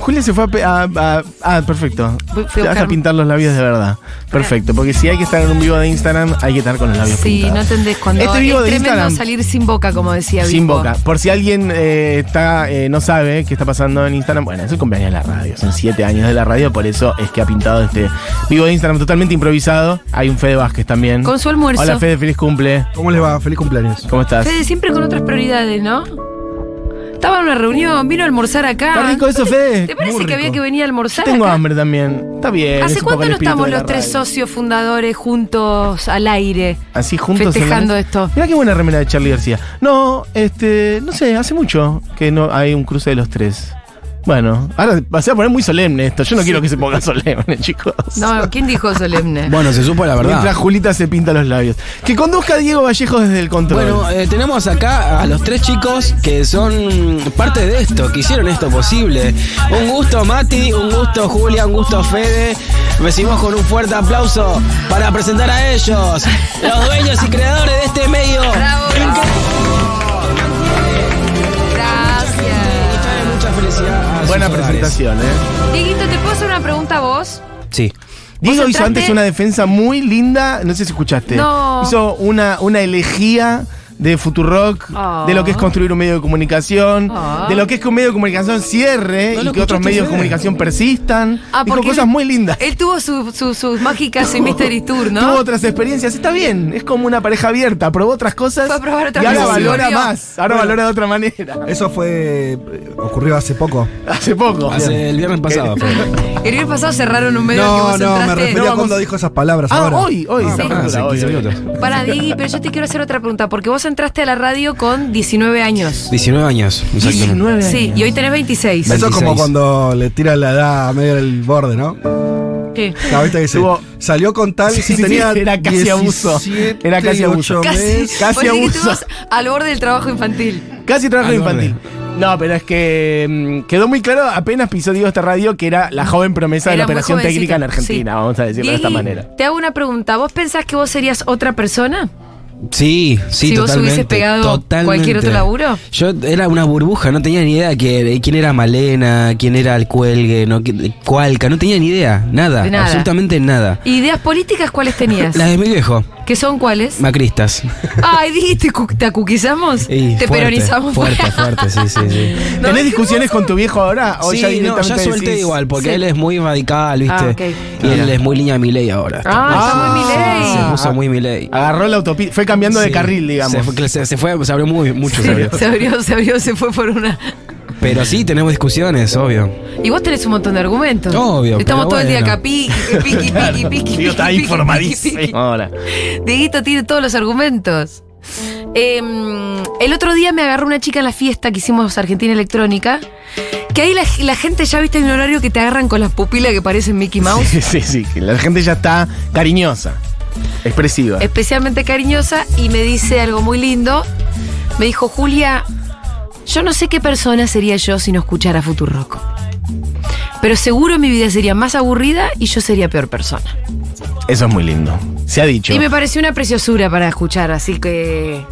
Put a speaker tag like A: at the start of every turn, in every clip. A: Julia se fue a. pe- a- a- ah, perfecto.
B: Voy- fui a
A: Te vas a
B: buscar-
A: pintar los labios de verdad. Perfecto, porque si hay que estar en un vivo de Instagram, hay que estar con los labios
B: Sí,
A: pintados.
B: no entendés cuando
A: Este vivo
B: es
A: de
B: tremendo
A: Instagram.
B: salir sin boca, como decía
A: Sin
B: Bimbo.
A: boca. Por si alguien eh, está, eh, no sabe qué está pasando en Instagram, bueno, es el cumpleaños de la radio. Son siete años de la radio, por eso es que ha pintado este vivo de Instagram totalmente improvisado. Hay un Fede Vázquez también.
B: Con su almuerzo.
A: Hola Fede, feliz cumple.
C: ¿Cómo les va? Feliz cumpleaños.
A: ¿Cómo estás?
B: Fede, siempre con otras prioridades, ¿no? Estaba en una reunión, vino a almorzar acá.
A: ¿Está rico eso, Fede?
B: ¿Te parece
C: Muy
B: que
C: rico.
B: había que venir a almorzar?
A: Tengo
B: acá?
A: hambre también. Está bien. es
B: ¿Hace
A: un poco
B: cuánto
A: el
B: no
A: espíritu
B: estamos
A: de la
B: los tres
A: radio.
B: socios fundadores juntos al aire?
A: Así juntos. en la
B: Festejando
A: mesa.
B: esto.
A: Mirá qué buena remera de Charlie García. No, este, no sé, hace mucho que no hay un cruce de los tres. Bueno, ahora se va a poner muy solemne esto. Yo no quiero que se ponga solemne, chicos.
B: No, ¿quién dijo solemne?
C: Bueno, se supo la
A: Mientras Julita se pinta los labios. Que conduzca Diego Vallejo desde el control.
D: Bueno, eh, tenemos acá a los tres chicos que son parte de esto, que hicieron esto posible. Un gusto Mati, un gusto Julia, un gusto Fede. Recibimos con un fuerte aplauso para presentar a ellos, los dueños y creadores de este medio.
B: Bravo, bravo. Gracias.
D: Trae mucha felicidad. a sus
A: Buena
D: hogares.
A: presentación, ¿eh?
B: Dieguito, ¿te puedo hacer una pregunta a vos?
D: Sí.
A: Diego hizo
B: entraste-
A: antes una defensa muy linda, no sé si escuchaste.
B: No.
A: Hizo una, una elegía de Futurock,
B: Ah.
A: de lo que es construir un medio de comunicación,
B: Ah.
A: de lo que es que un medio de comunicación cierre
D: No
A: y
D: lo
A: que otros
D: escuchaste,
A: medios de
D: Fede.
A: comunicación persistan.
B: Ah,
A: Dijo
B: porque
A: cosas
B: él-
A: muy lindas.
B: Él tuvo su- su- sus mágicas y Mystery Tour, ¿no?
A: Tuvo otras experiencias, está bien, es como una pareja abierta, probó otras cosas
B: Fue a probar otras
A: y ahora
B: cosas y
A: valora
B: volvió.
A: más, ahora valora de otra manera.
C: Eso fue. eh, ocurrió hace poco.
A: Hace poco.
D: Hace el viernes pasado. Fede.
B: El viernes pasado cerraron un medio que
C: No,
B: vos
C: no, me
B: entraste.
C: refería
A: No,
C: a
A: vamos-
C: cuando dijo esas palabras
A: Ah,
C: ahora.
A: hoy, hoy,
B: Ah,
A: esa
B: sí.
A: película,
D: Ah, hace
A: hoy,
D: 15
A: hoy.
D: minutos.
B: Para Diggy, pero yo te quiero hacer otra pregunta, porque vos entraste a la radio con 19 años.
D: 19 años. exactamente.
A: 19
B: Sí,
A: años.
B: y hoy tenés 26.
C: Eso es como
D: 26.
C: cuando le tiran la edad a medio del borde, ¿no?
B: ¿Qué?
C: La viste que dice,
A: Tuvo-
C: salió con tal
A: Sí,
C: y
A: sí, sí,
C: tenía
A: era casi
C: 17,
A: abuso. Era casi
C: ocho
A: abuso.
B: Casi,
C: meses.
A: Casi
B: parece que
A: abuso.
B: estuvimos al borde del trabajo infantil.
A: Casi trabajo
D: Al
A: infantil. No, pero es que mm, quedó muy claro apenas pisó Diego esta radio que era la joven promesa de la
B: Era muy
A: operación
B: jovencito.
A: técnica en Argentina,
B: Sí.
A: vamos a decirlo de esta
B: Diegui,
A: manera.
B: Te hago una pregunta. ¿Vos pensás que vos serías otra persona?
D: Sí, sí,
B: Si vos
D: totalmente.
B: hubieses pegado cualquier otro laburo.
D: Yo era una burbuja, no tenía ni idea que- quién era Malena, quién era el cuelgue, no, qui- Cualca, no tenía ni idea, nada,
B: De nada.
D: absolutamente nada.
B: ¿Ideas políticas cuáles tenías?
D: Las de mi viejo,
B: ¿Qué son cuáles?
D: macristas.
B: Ay, dijiste, cu- ¿te acuquizamos?
D: Y
B: ¿Te
D: fuerte,
B: peronizamos?
D: Fuerte, fuerte, sí, sí, sí.
B: No,
A: ¿Tenés
B: ¿qué
A: discusiones con tu viejo ahora? ¿O
D: sí,
A: ya
D: no,
A: directamente
D: ya suelte
A: decís-
D: igual, porque
B: Sí.
D: él es muy radical, ¿viste?
B: Ah, ok.
D: Y él es muy línea Milei ahora.
B: Ah,
A: Ah,
B: está muy
D: Sí,
B: mi
D: se
B: ley.
D: puso muy Milei.
A: Agarró la autopista, fue cambiando de
D: Sí.
A: carril, digamos.
D: Se fue, se, se fue- se abrió muy, mucho. se abrió.
B: Se abrió, se abrió, se fue por una.
D: Pero sí, tenemos discusiones, obvio.
B: Y vos tenés un montón de argumentos.
D: Obvio,
B: Estamos
D: pero
B: todo el día
D: bueno.
B: acá, piqui, piqui, piqui, piqui,
A: Claro,
B: piqui,
A: Diego está
B: piqui, piqui,
A: informadísimo.
B: piqui.
A: Ahora.
B: Dieguito tiene todos los argumentos. Eh, el otro día me agarró una chica en la fiesta que hicimos Argentina Electrónica. Que ahí la, la gente ya viste en un horario que te agarran con las pupilas que parecen Mickey Mouse.
A: Sí, sí, sí, que la gente ya está cariñosa, expresiva.
B: Eh, Especialmente cariñosa. Y me dice algo muy lindo. Me dijo, Julia, yo no sé qué persona sería yo si no escuchara Futurock. Pero seguro mi vida sería más aburrida y yo sería peor persona.
A: Eso es muy lindo. Se ha dicho.
B: Y me pareció una preciosura para escuchar, así que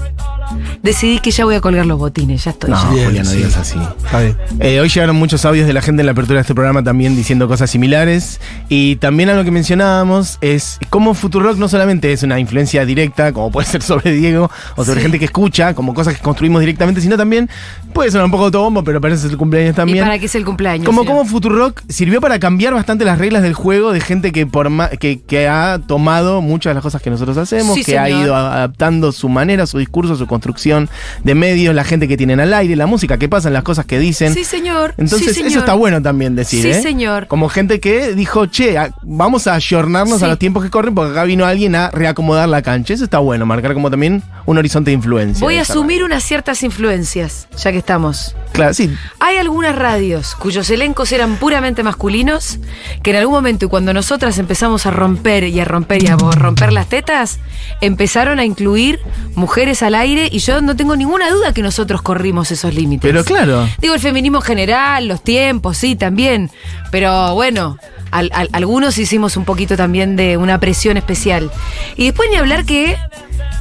B: decidí que ya voy a colgar los botines, ya estoy.
A: No,
B: ya.
C: Bien,
A: Julia, no
C: sí.
A: digas así.
C: Está bien.
A: Eh, hoy llegaron muchos audios de la gente en la apertura de este programa también diciendo cosas similares. Y también a lo que mencionábamos es cómo Futurock no solamente es una influencia directa, como puede ser sobre Diego o sobre
B: Sí.
A: gente que escucha, como cosas que construimos directamente, sino también puede sonar un poco autobombo, pero parece el cumpleaños
B: ¿Y
A: también.
B: para qué es el cumpleaños?
A: Como,
B: sino-
A: como Futurock sirvió para cambiar bastante las reglas del juego de gente que, por ma- que, que ha tomado muchas de las cosas que nosotros hacemos,
B: Sí,
A: que ha
B: señor.
A: ido a- adaptando su manera, su discurso, su construcción de medios, la gente que tienen al aire, la música que pasan, las cosas que dicen.
B: Sí, señor.
A: Entonces,
B: Sí, señor.
A: eso está bueno también decir,
B: Sí,
A: ¿eh?
B: señor.
A: Como gente que dijo, che, a- vamos a ayornarnos
B: Sí.
A: a los tiempos que corren porque acá vino alguien a reacomodar la cancha. Eso está bueno, marcar como también un horizonte de influencia.
B: Voy
A: de
B: a
A: esa
B: asumir unas ciertas influencias, ya que estamos.
A: manera. Claro, sí.
B: Hay algunas radios cuyos elencos eran puramente masculinos, que en algún momento y cuando nosotras empezamos a romper y a romper y a romper las tetas, empezaron a incluir mujeres al aire y yo no tengo ninguna duda que nosotros corrimos esos límites.
A: Pero claro.
B: Digo, el feminismo en general, los tiempos, sí, también. Pero bueno, al- al- algunos hicimos un poquito también de una presión especial. Y después ni hablar que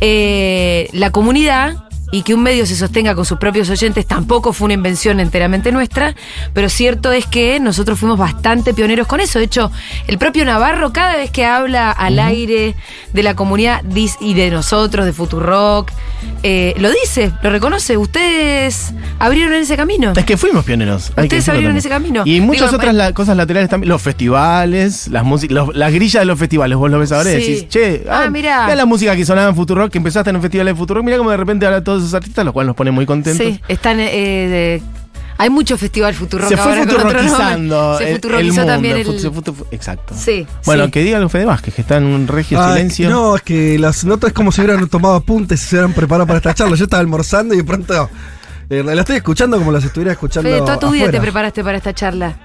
B: eh, la comunidad y que un medio se sostenga con sus propios oyentes tampoco fue una invención enteramente nuestra, pero cierto es que nosotros fuimos bastante pioneros con eso. De hecho, el propio Navarro, cada vez que habla al aire de la comunidad dis- y de nosotros, de Futurock, eh, lo dice, lo reconoce. Ustedes abrieron ese camino.
A: Es que fuimos pioneros. hay que
B: Ustedes
A: decirlo
B: abrieron
A: también.
B: ese camino.
A: Y muchas
B: Digo,
A: otras
B: me-
A: la- cosas laterales también. Los festivales, las músicas, los- las grillas de los festivales. Vos lo ves ahora y
B: Sí.
A: decís, che,
B: Ah, mirá.
A: mirá la música que sonaba en Futurock, que empezaste en un festival de Futurock. Mirá como de repente ahora todos esos artistas, los cuales nos pone muy contentos.
B: Sí, están. eh, de- hay mucho festival Futurock
A: Se fue
B: ahora con otro nombre.
A: futurrockizando
B: Se
A: el, el
B: futurrockizó
A: mundo.
B: también el.
A: fut- se futu- exacto.
B: Sí.
A: Bueno,
B: sí.
A: que diga lo Fede Vázquez, que está en un regio
C: Ay,
A: silencio.
C: No, es que las notas es como si hubieran tomado apuntes y se hubieran preparado para esta charla. Yo estaba almorzando y de pronto eh, la estoy escuchando como las estuviera escuchando.
B: Fede, toda tu vida te
C: afuera.
B: preparaste para esta charla.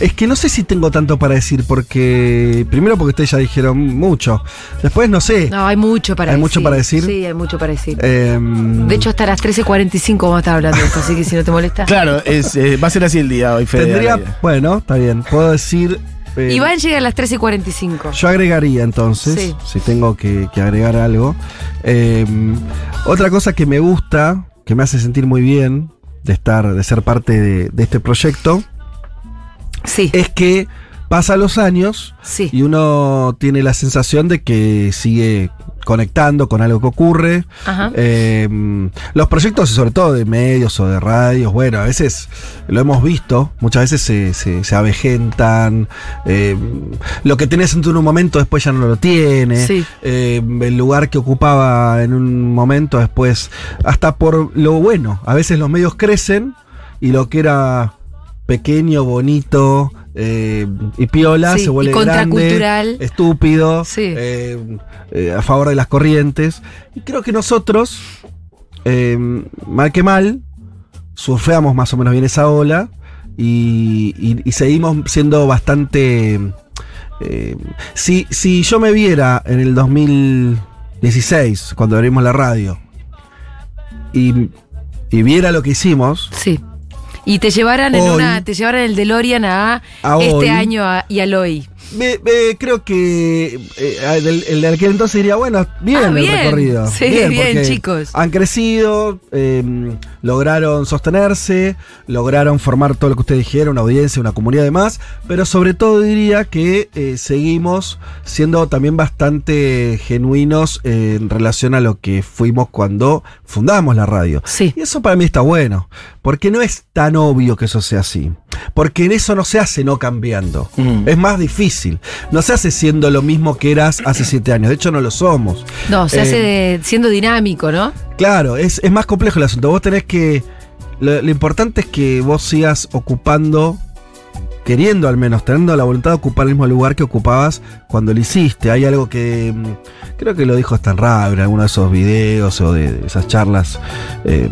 C: Es que no sé si tengo tanto para decir, porque. Primero, porque ustedes ya dijeron mucho. Después, no sé.
B: No, hay mucho para
C: ¿Hay
B: decir.
C: mucho para decir?
B: Sí, hay mucho para decir.
C: Em,
B: de hecho, hasta las 13.45 vamos a estar hablando de esto, así que si no te molesta.
A: Claro, es, eh, va a ser así el día hoy, Fede. al aire.
C: tendría. Bueno, está bien. Puedo decir. eh,
B: Iván llega a las 13.45.
C: Yo agregaría entonces,
B: Sí.
C: si tengo que, que agregar algo. eh, otra cosa que me gusta, que me hace sentir muy bien de estar, de ser parte de, de este proyecto,
B: Sí,
C: es que pasan los años
B: sí.
C: y uno tiene la sensación de que sigue conectando con algo que ocurre.
B: Ajá.
C: Eh, los proyectos, sobre todo de medios o de radios, bueno, a veces lo hemos visto, muchas veces se, se, se avejentan. eh, lo que tenés en tu- en un momento después ya no lo tiene.
B: Sí.
C: eh, el lugar que ocupaba en un momento después, hasta por lo bueno. A veces los medios crecen y lo que era pequeño, bonito. eh, y piola
B: Sí,
C: se vuelve
B: y
C: grande,
B: contracultural.
C: estúpido,
B: Sí.
C: eh, eh, a favor de las corrientes. Y creo que nosotros, eh, mal que mal, surfeamos más o menos bien esa ola y, y- y seguimos siendo bastante... eh, si, si yo me viera en el 2016, cuando abrimos la radio, y, y viera lo que hicimos,
B: Sí. Y te llevaran en
C: Hoy-
B: una, te llevaran el DeLorean a,
C: A
B: este
C: hoy.
B: año a- y al hoy.
C: me- me- creo que eh, el, el de aquel entonces diría, bueno, bien
B: Ah,
C: el
B: bien.
C: recorrido.
B: Sí, bien,
C: porque
B: chicos.
C: Han crecido, eh, lograron sostenerse, lograron formar todo lo que ustedes dijeron, una audiencia, una comunidad y demás, pero sobre todo diría que eh, seguimos siendo también bastante genuinos en relación a lo que fuimos cuando fundamos la radio.
B: Sí.
C: Y eso para mí está bueno, porque no es tan obvio que eso sea así. Porque en eso no se hace no cambiando.
A: Mm.
C: Es más difícil. No se hace siendo lo mismo que eras hace siete años. De hecho, no lo somos.
B: No, se
C: Eh,
B: hace de- siendo dinámico, ¿no?
C: Claro, es, es más complejo el asunto. Vos tenés que. Lo, lo importante es que vos sigas ocupando, queriendo al menos, teniendo la voluntad de ocupar el mismo lugar que ocupabas cuando lo hiciste. Hay algo que. mm, Creo que lo dijo Stan Raab en alguno de esos videos o de, de esas charlas. eh,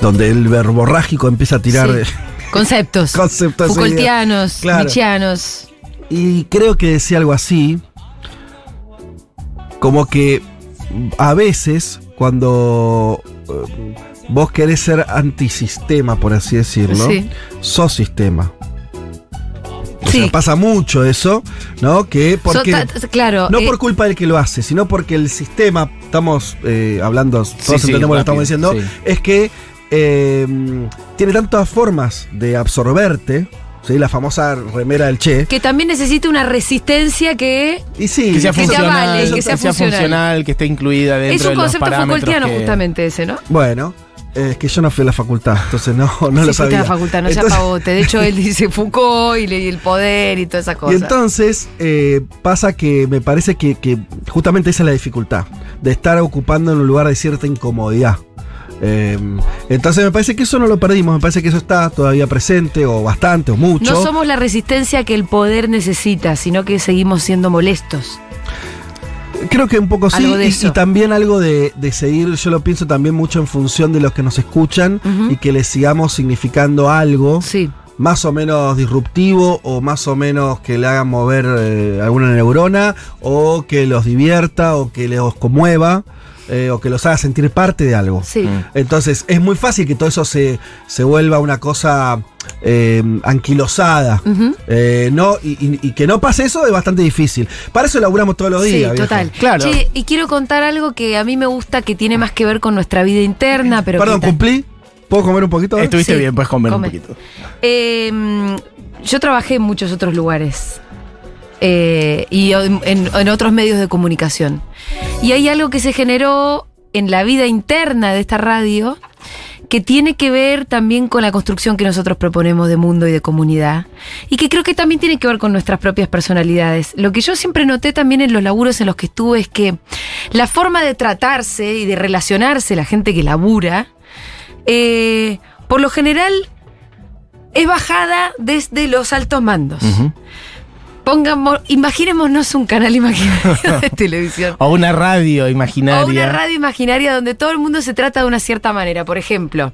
C: donde el verborrágico empieza a tirar.
B: Sí. Conceptos.
C: Conceptos, sí.
B: Foucaultianos,
C: Claro.
B: Nietzscheanos.
C: Y creo que decía algo así. Como que a veces, cuando eh, vos querés ser antisistema, por así decirlo,
B: Sí.
C: sos sistema. O
B: Sí.
C: sea, pasa mucho eso, ¿no? Que
B: Son
C: porque.
B: ta- ta- claro.
C: No
B: eh,
C: por culpa del que lo hace, sino porque el sistema, estamos eh, hablando, todos
A: sí,
C: entendemos lo que estamos
A: rápido,
C: diciendo,
A: sí.
C: es que eh, tiene tantas formas de absorberte, ¿sí? la famosa remera del Che.
B: que también necesita una resistencia que
C: Y sí,
A: Que sea
B: Que te
A: funcional,
B: avale, que sea funcional.
A: funcional, que esté incluida dentro
B: es un
A: de los
B: concepto
A: parámetros
B: Foucaultiano
A: que-
B: justamente ese, ¿no?
C: Bueno, eh, es que yo no fui a la facultad, entonces no, no
B: Sí,
C: lo
B: fuiste a
C: sabía.
B: la facultad, no sea
C: Entonces-
B: pavote. De hecho, él dice Foucault y, le- y el poder y todas esas
C: Y
B: cosas.
C: entonces eh, pasa que me parece que, que justamente esa es la dificultad, de estar ocupando en un lugar de cierta incomodidad. Eh, entonces me parece que eso no lo perdimos, me parece que eso está todavía presente, o bastante, o mucho.
B: no somos la resistencia que el poder necesita, sino que seguimos siendo molestos.
C: Creo que un poco sí,
B: Algo de
C: y-
B: eso.
C: y, también algo de, de seguir, yo lo pienso también mucho en función de los que nos escuchan
B: Ujú.
C: y que les sigamos significando algo.
B: Sí.
C: más o menos disruptivo o más o menos que le hagan mover eh, alguna neurona o que los divierta o que los conmueva. eh, o que los haga sentir parte de algo.
B: Sí.
C: Entonces es muy fácil que todo eso se, se vuelva una cosa eh, anquilosada.
B: Ujú.
C: Eh, no, y, y- y que no pase eso es bastante difícil. Para eso laburamos todos los
B: Sí,
C: días. viejo.
B: total.
A: Claro.
B: Che, y quiero contar algo que a mí me gusta, que tiene más que ver con nuestra vida interna, pero...
C: Perdón,
B: que ta-
C: ¿cumplí? ¿Puedo comer un poquito? ahora?
A: Estuviste
B: Sí.
A: bien, puedes comer
B: Come.
A: un poquito.
B: Eh, mm, yo trabajé en muchos otros lugares. eh, y en, en- en otros medios de comunicación. Y hay algo que se generó en la vida interna de esta radio que tiene que ver también con la construcción que nosotros proponemos de mundo y de comunidad, y que creo que también tiene que ver con nuestras propias personalidades. Lo que yo siempre noté también en los laburos en los que estuve es que la forma de tratarse y de relacionarse la gente que labura, eh, por lo general es bajada desde los altos mandos. Pongamos, imaginémonos un canal imaginario de televisión.
A: O una radio imaginaria.
B: O una radio imaginaria donde todo el mundo se trata de una cierta manera. Por ejemplo,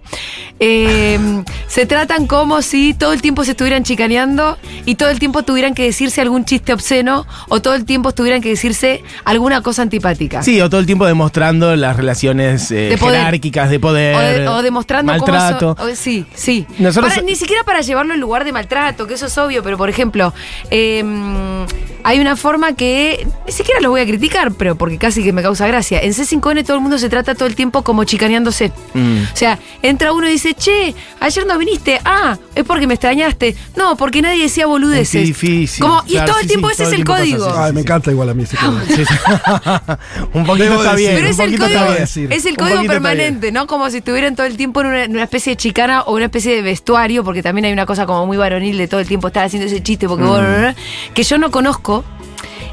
B: eh, se tratan como si todo el tiempo se estuvieran chicaneando y todo el tiempo tuvieran que decirse algún chiste obsceno o todo el tiempo tuvieran que decirse alguna cosa antipática.
A: Sí, o todo el tiempo demostrando las relaciones eh,
B: De poder.
A: jerárquicas de poder.
B: O, de- o demostrando
A: Eh, maltrato.
B: cómo. so- o- sí, sí.
A: Nosotros-
B: Para- ni siquiera para llevarlo al lugar de maltrato, que eso es obvio, pero por ejemplo, eh, hay una forma que ni siquiera lo voy a criticar, pero porque casi que me causa gracia. En C5N todo el mundo se trata todo el tiempo como chicaneándose.
A: Mm.
B: O sea, entra uno y dice, che, ayer no viniste. Ah, es porque me extrañaste. No, porque nadie decía boludeces.
A: Qué difícil.
B: Como- y
A: Claro,
B: todo el
A: sí, sí,
B: tiempo ese
A: todo
B: es
A: el
B: el
A: tiempo pasa
B: código.
A: eso. Ah,
C: Ay, me encanta igual a mí. ese color.
A: Sí, sí. un poquito
C: Debo
A: está
C: decir.
A: bien.
B: Pero
A: un
B: es el
A: poquito
B: código,
A: está bien.
C: decir.
B: es el
A: Un
B: código
A: poquito está bien.
B: permanente, ¿no? Como si estuvieran todo el tiempo en una, en una especie de chicana o una especie de vestuario, porque también hay una cosa como muy varonil de todo el tiempo estar haciendo ese chiste,
A: Mm.
B: porque vos- que yo no conozco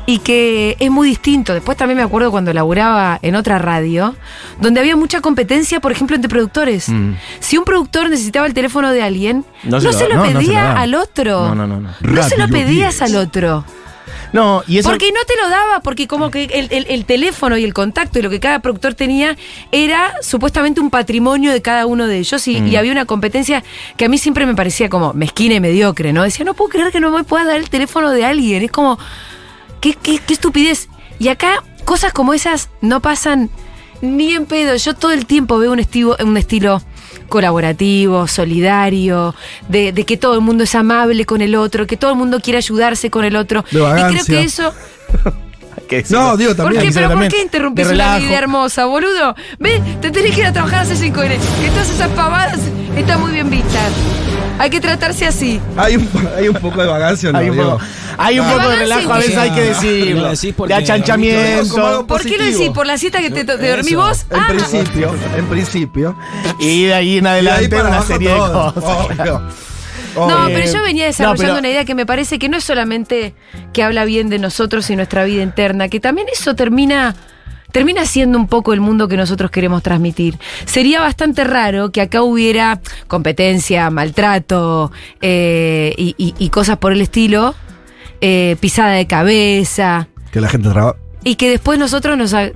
B: y que es muy distinto. Después también me acuerdo cuando laburaba en otra radio, donde había mucha competencia, por ejemplo, entre productores. Si un productor necesitaba el teléfono de alguien, no se, lo
A: Mm. no, no se lo
B: pedía
A: da.
B: al otro.
A: No, no, no, no.
B: No se lo
C: Radio
B: pedías
C: 10.
B: al otro.
A: No, y eso.
B: Porque no te lo daba, porque como que el, el- el teléfono y el contacto y lo que cada productor tenía era supuestamente un patrimonio de cada uno de ellos y,
A: Mm.
B: y había una competencia que a mí siempre me parecía como mezquina y mediocre, ¿no? Decía, no puedo creer que no me puedas dar el teléfono de alguien, es como, qué, qué- qué estupidez. Y acá cosas como esas no pasan ni en pedo. Yo todo el tiempo veo un estilo, un estilo colaborativo, solidario, de, de que todo el mundo es amable con el otro, que todo el mundo quiere ayudarse con el otro.
C: De
B: y creo
C: vagancia.
B: que eso
A: que eso-
C: No, digo
B: ¿Por
C: también.
B: qué?
A: Avisar
B: ¿Pero por
A: también.
B: qué interrumpís
A: De
B: una
A: relajo.
B: vida hermosa, boludo? Ven, te tenés que ir a trabajar hace 5 horas. Que todas esas pavadas están muy bien vistas. Hay que tratarse así.
C: Hay un, hay un poco de vagancia, ¿no?
A: Hay un
C: Diego?
A: poco, hay un
B: No.
A: poco de
B: Balance,
A: relajo, a veces
D: o sea,
A: hay que
D: lo
A: decirlo.
D: decís porque
A: De
C: como algo
A: achanchamiento.
B: ¿Por qué lo
C: Positivo. Eh,
B: decís? ¿Por la cita que te, te dormís
D: Eso,
B: vos? Ah,
C: En principio, en principio.
A: Y de ahí en
C: Y de ahí
A: adelante
C: para
A: una
C: abajo
A: serie
C: todo,
A: de cosas.
C: obvio.
B: No,
A: Eh,
B: pero yo venía desarrollando
A: no, pero-
B: una idea que me parece que no es solamente que habla bien de nosotros y nuestra vida interna, que también eso termina termina siendo un poco el mundo que nosotros queremos transmitir. Sería bastante raro que acá hubiera competencia, maltrato eh, y, y- y cosas por el estilo, eh, pisada de cabeza,
C: Que la gente trabaja.
B: y que después nosotros nos... ha-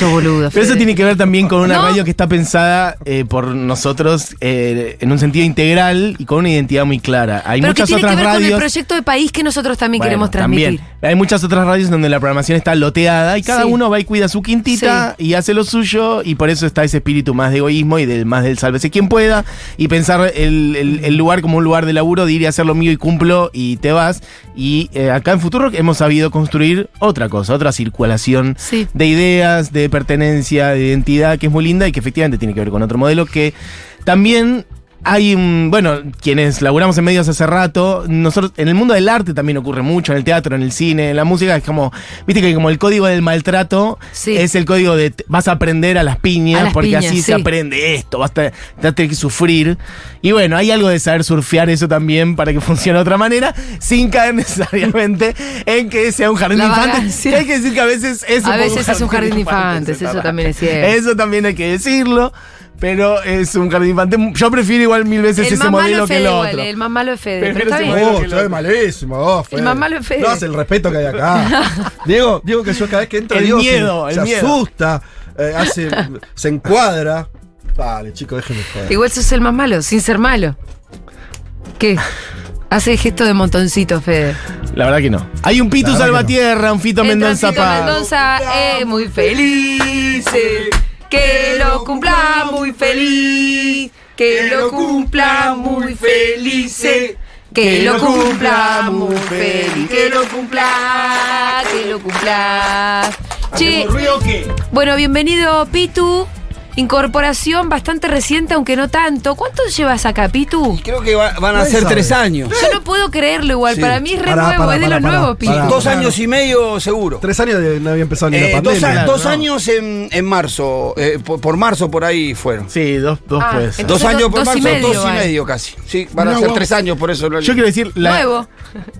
B: Yo boludo.
A: Pero eso
B: Fede.
A: tiene que ver también con una
B: No.
A: radio que está pensada eh, por nosotros eh, en un sentido integral y con una identidad muy clara. Hay
B: Pero que
A: muchas
B: tiene
A: otras
B: que ver con el
A: radios.
B: proyecto de país que nosotros también
A: Bueno,
B: queremos transmitir.
A: también. Hay muchas otras radios donde la programación está loteada y cada
B: Sí.
A: uno va y cuida su quintita y hace lo suyo y por eso está ese espíritu más de egoísmo y del más del sálvese quien pueda y pensar el, el- el lugar como un lugar de laburo de ir y hacer lo mío y cumplo y te vas. Y eh, acá en Futuro hemos sabido construir otra cosa, otra circulación
B: Sí.
A: de ideas, de pertenencia, de identidad, que es muy linda y que efectivamente tiene que ver con otro modelo que también hay un. Bueno, quienes laburamos en medios hace rato, nosotros. En el mundo del arte también ocurre mucho, en el teatro, en el cine, en la música, es como. Viste que como el código del maltrato
B: Sí.
A: es el código de t- vas a aprender a las piñas,
B: A las
A: porque
B: piñas,
A: así
B: sí.
A: se aprende esto, vas a, te- vas a tener que sufrir. Y bueno, hay algo de saber surfear eso también para que funcione de otra manera, sin caer necesariamente en que sea un jardín de
B: La
A: infantes.
B: vagancia.
A: Que hay que decir que a veces es
B: A
A: un poco
B: veces es un jardín de infantes,
A: esa
B: eso
A: radio.
B: también es cierto.
A: Eso también hay que decirlo, pero es un jardín de infantes. Yo prefiero igual mil veces
B: El
A: ese
B: más malo
A: modelo
B: es
A: que
B: Fede
A: el
B: igual,
A: otro.
B: el más malo es Fede. Pero
A: Prefiero
B: está
A: ese
B: bien.
A: modelo.
C: Oh,
A: que
C: estoy
A: lo-
C: malísimo, oh, Fede.
B: El más malo es Fede.
C: No, es el respeto que hay acá. Diego, Diego que yo cada vez que entra
A: El
C: Diego se-
A: miedo, el
C: se,
A: miedo.
C: asusta, eh, hace, se encuadra. Vale, chicos, déjenme joder.
B: Igual sos el más malo, sin ser malo. ¿Qué? Hace gesto de montoncito, Fede.
A: La verdad que no. Hay un Pitu
C: La verdad que
A: Salvatierra, un Fito
B: El
A: Mendoza
B: Tito
A: Paz.
B: Mendoza es eh, muy feliz. eh, Que lo cumpla muy feliz. Que lo cumpla muy feliz. eh, Que lo cumpla muy feliz. Que lo cumpla. Que lo cumpla. Che, bueno, bienvenido Pitu. Incorporación bastante reciente, aunque no tanto. ¿Cuánto llevas acá, Pitu?
D: Creo que va- van a
C: Nadie
D: ser
C: sabe.
D: tres años.
B: Yo no puedo creerlo igual.
D: Sí.
B: Para mí es re
C: Pará,
B: nuevo,
C: pará,
B: es de
C: pará,
B: los
C: pará,
B: nuevos, Pitu.
C: pará.
D: Dos años y medio seguro.
C: Tres años de- no había empezado ni
D: Eh,
C: la
D: dos a-
C: pandemia.
D: dos
A: no.
D: años en, en marzo, eh, por, por marzo por ahí fueron.
A: Sí, dos, dos
B: Ah,
A: puede ser.
B: entonces-
D: Dos años por
B: dos y
D: marzo,
B: medio,
D: dos y
B: vale.
D: medio casi. Sí, van a
E: No,
D: ser
E: wow.
D: tres años por eso. lo-
A: Yo quiero decir, la,
B: Nuevo.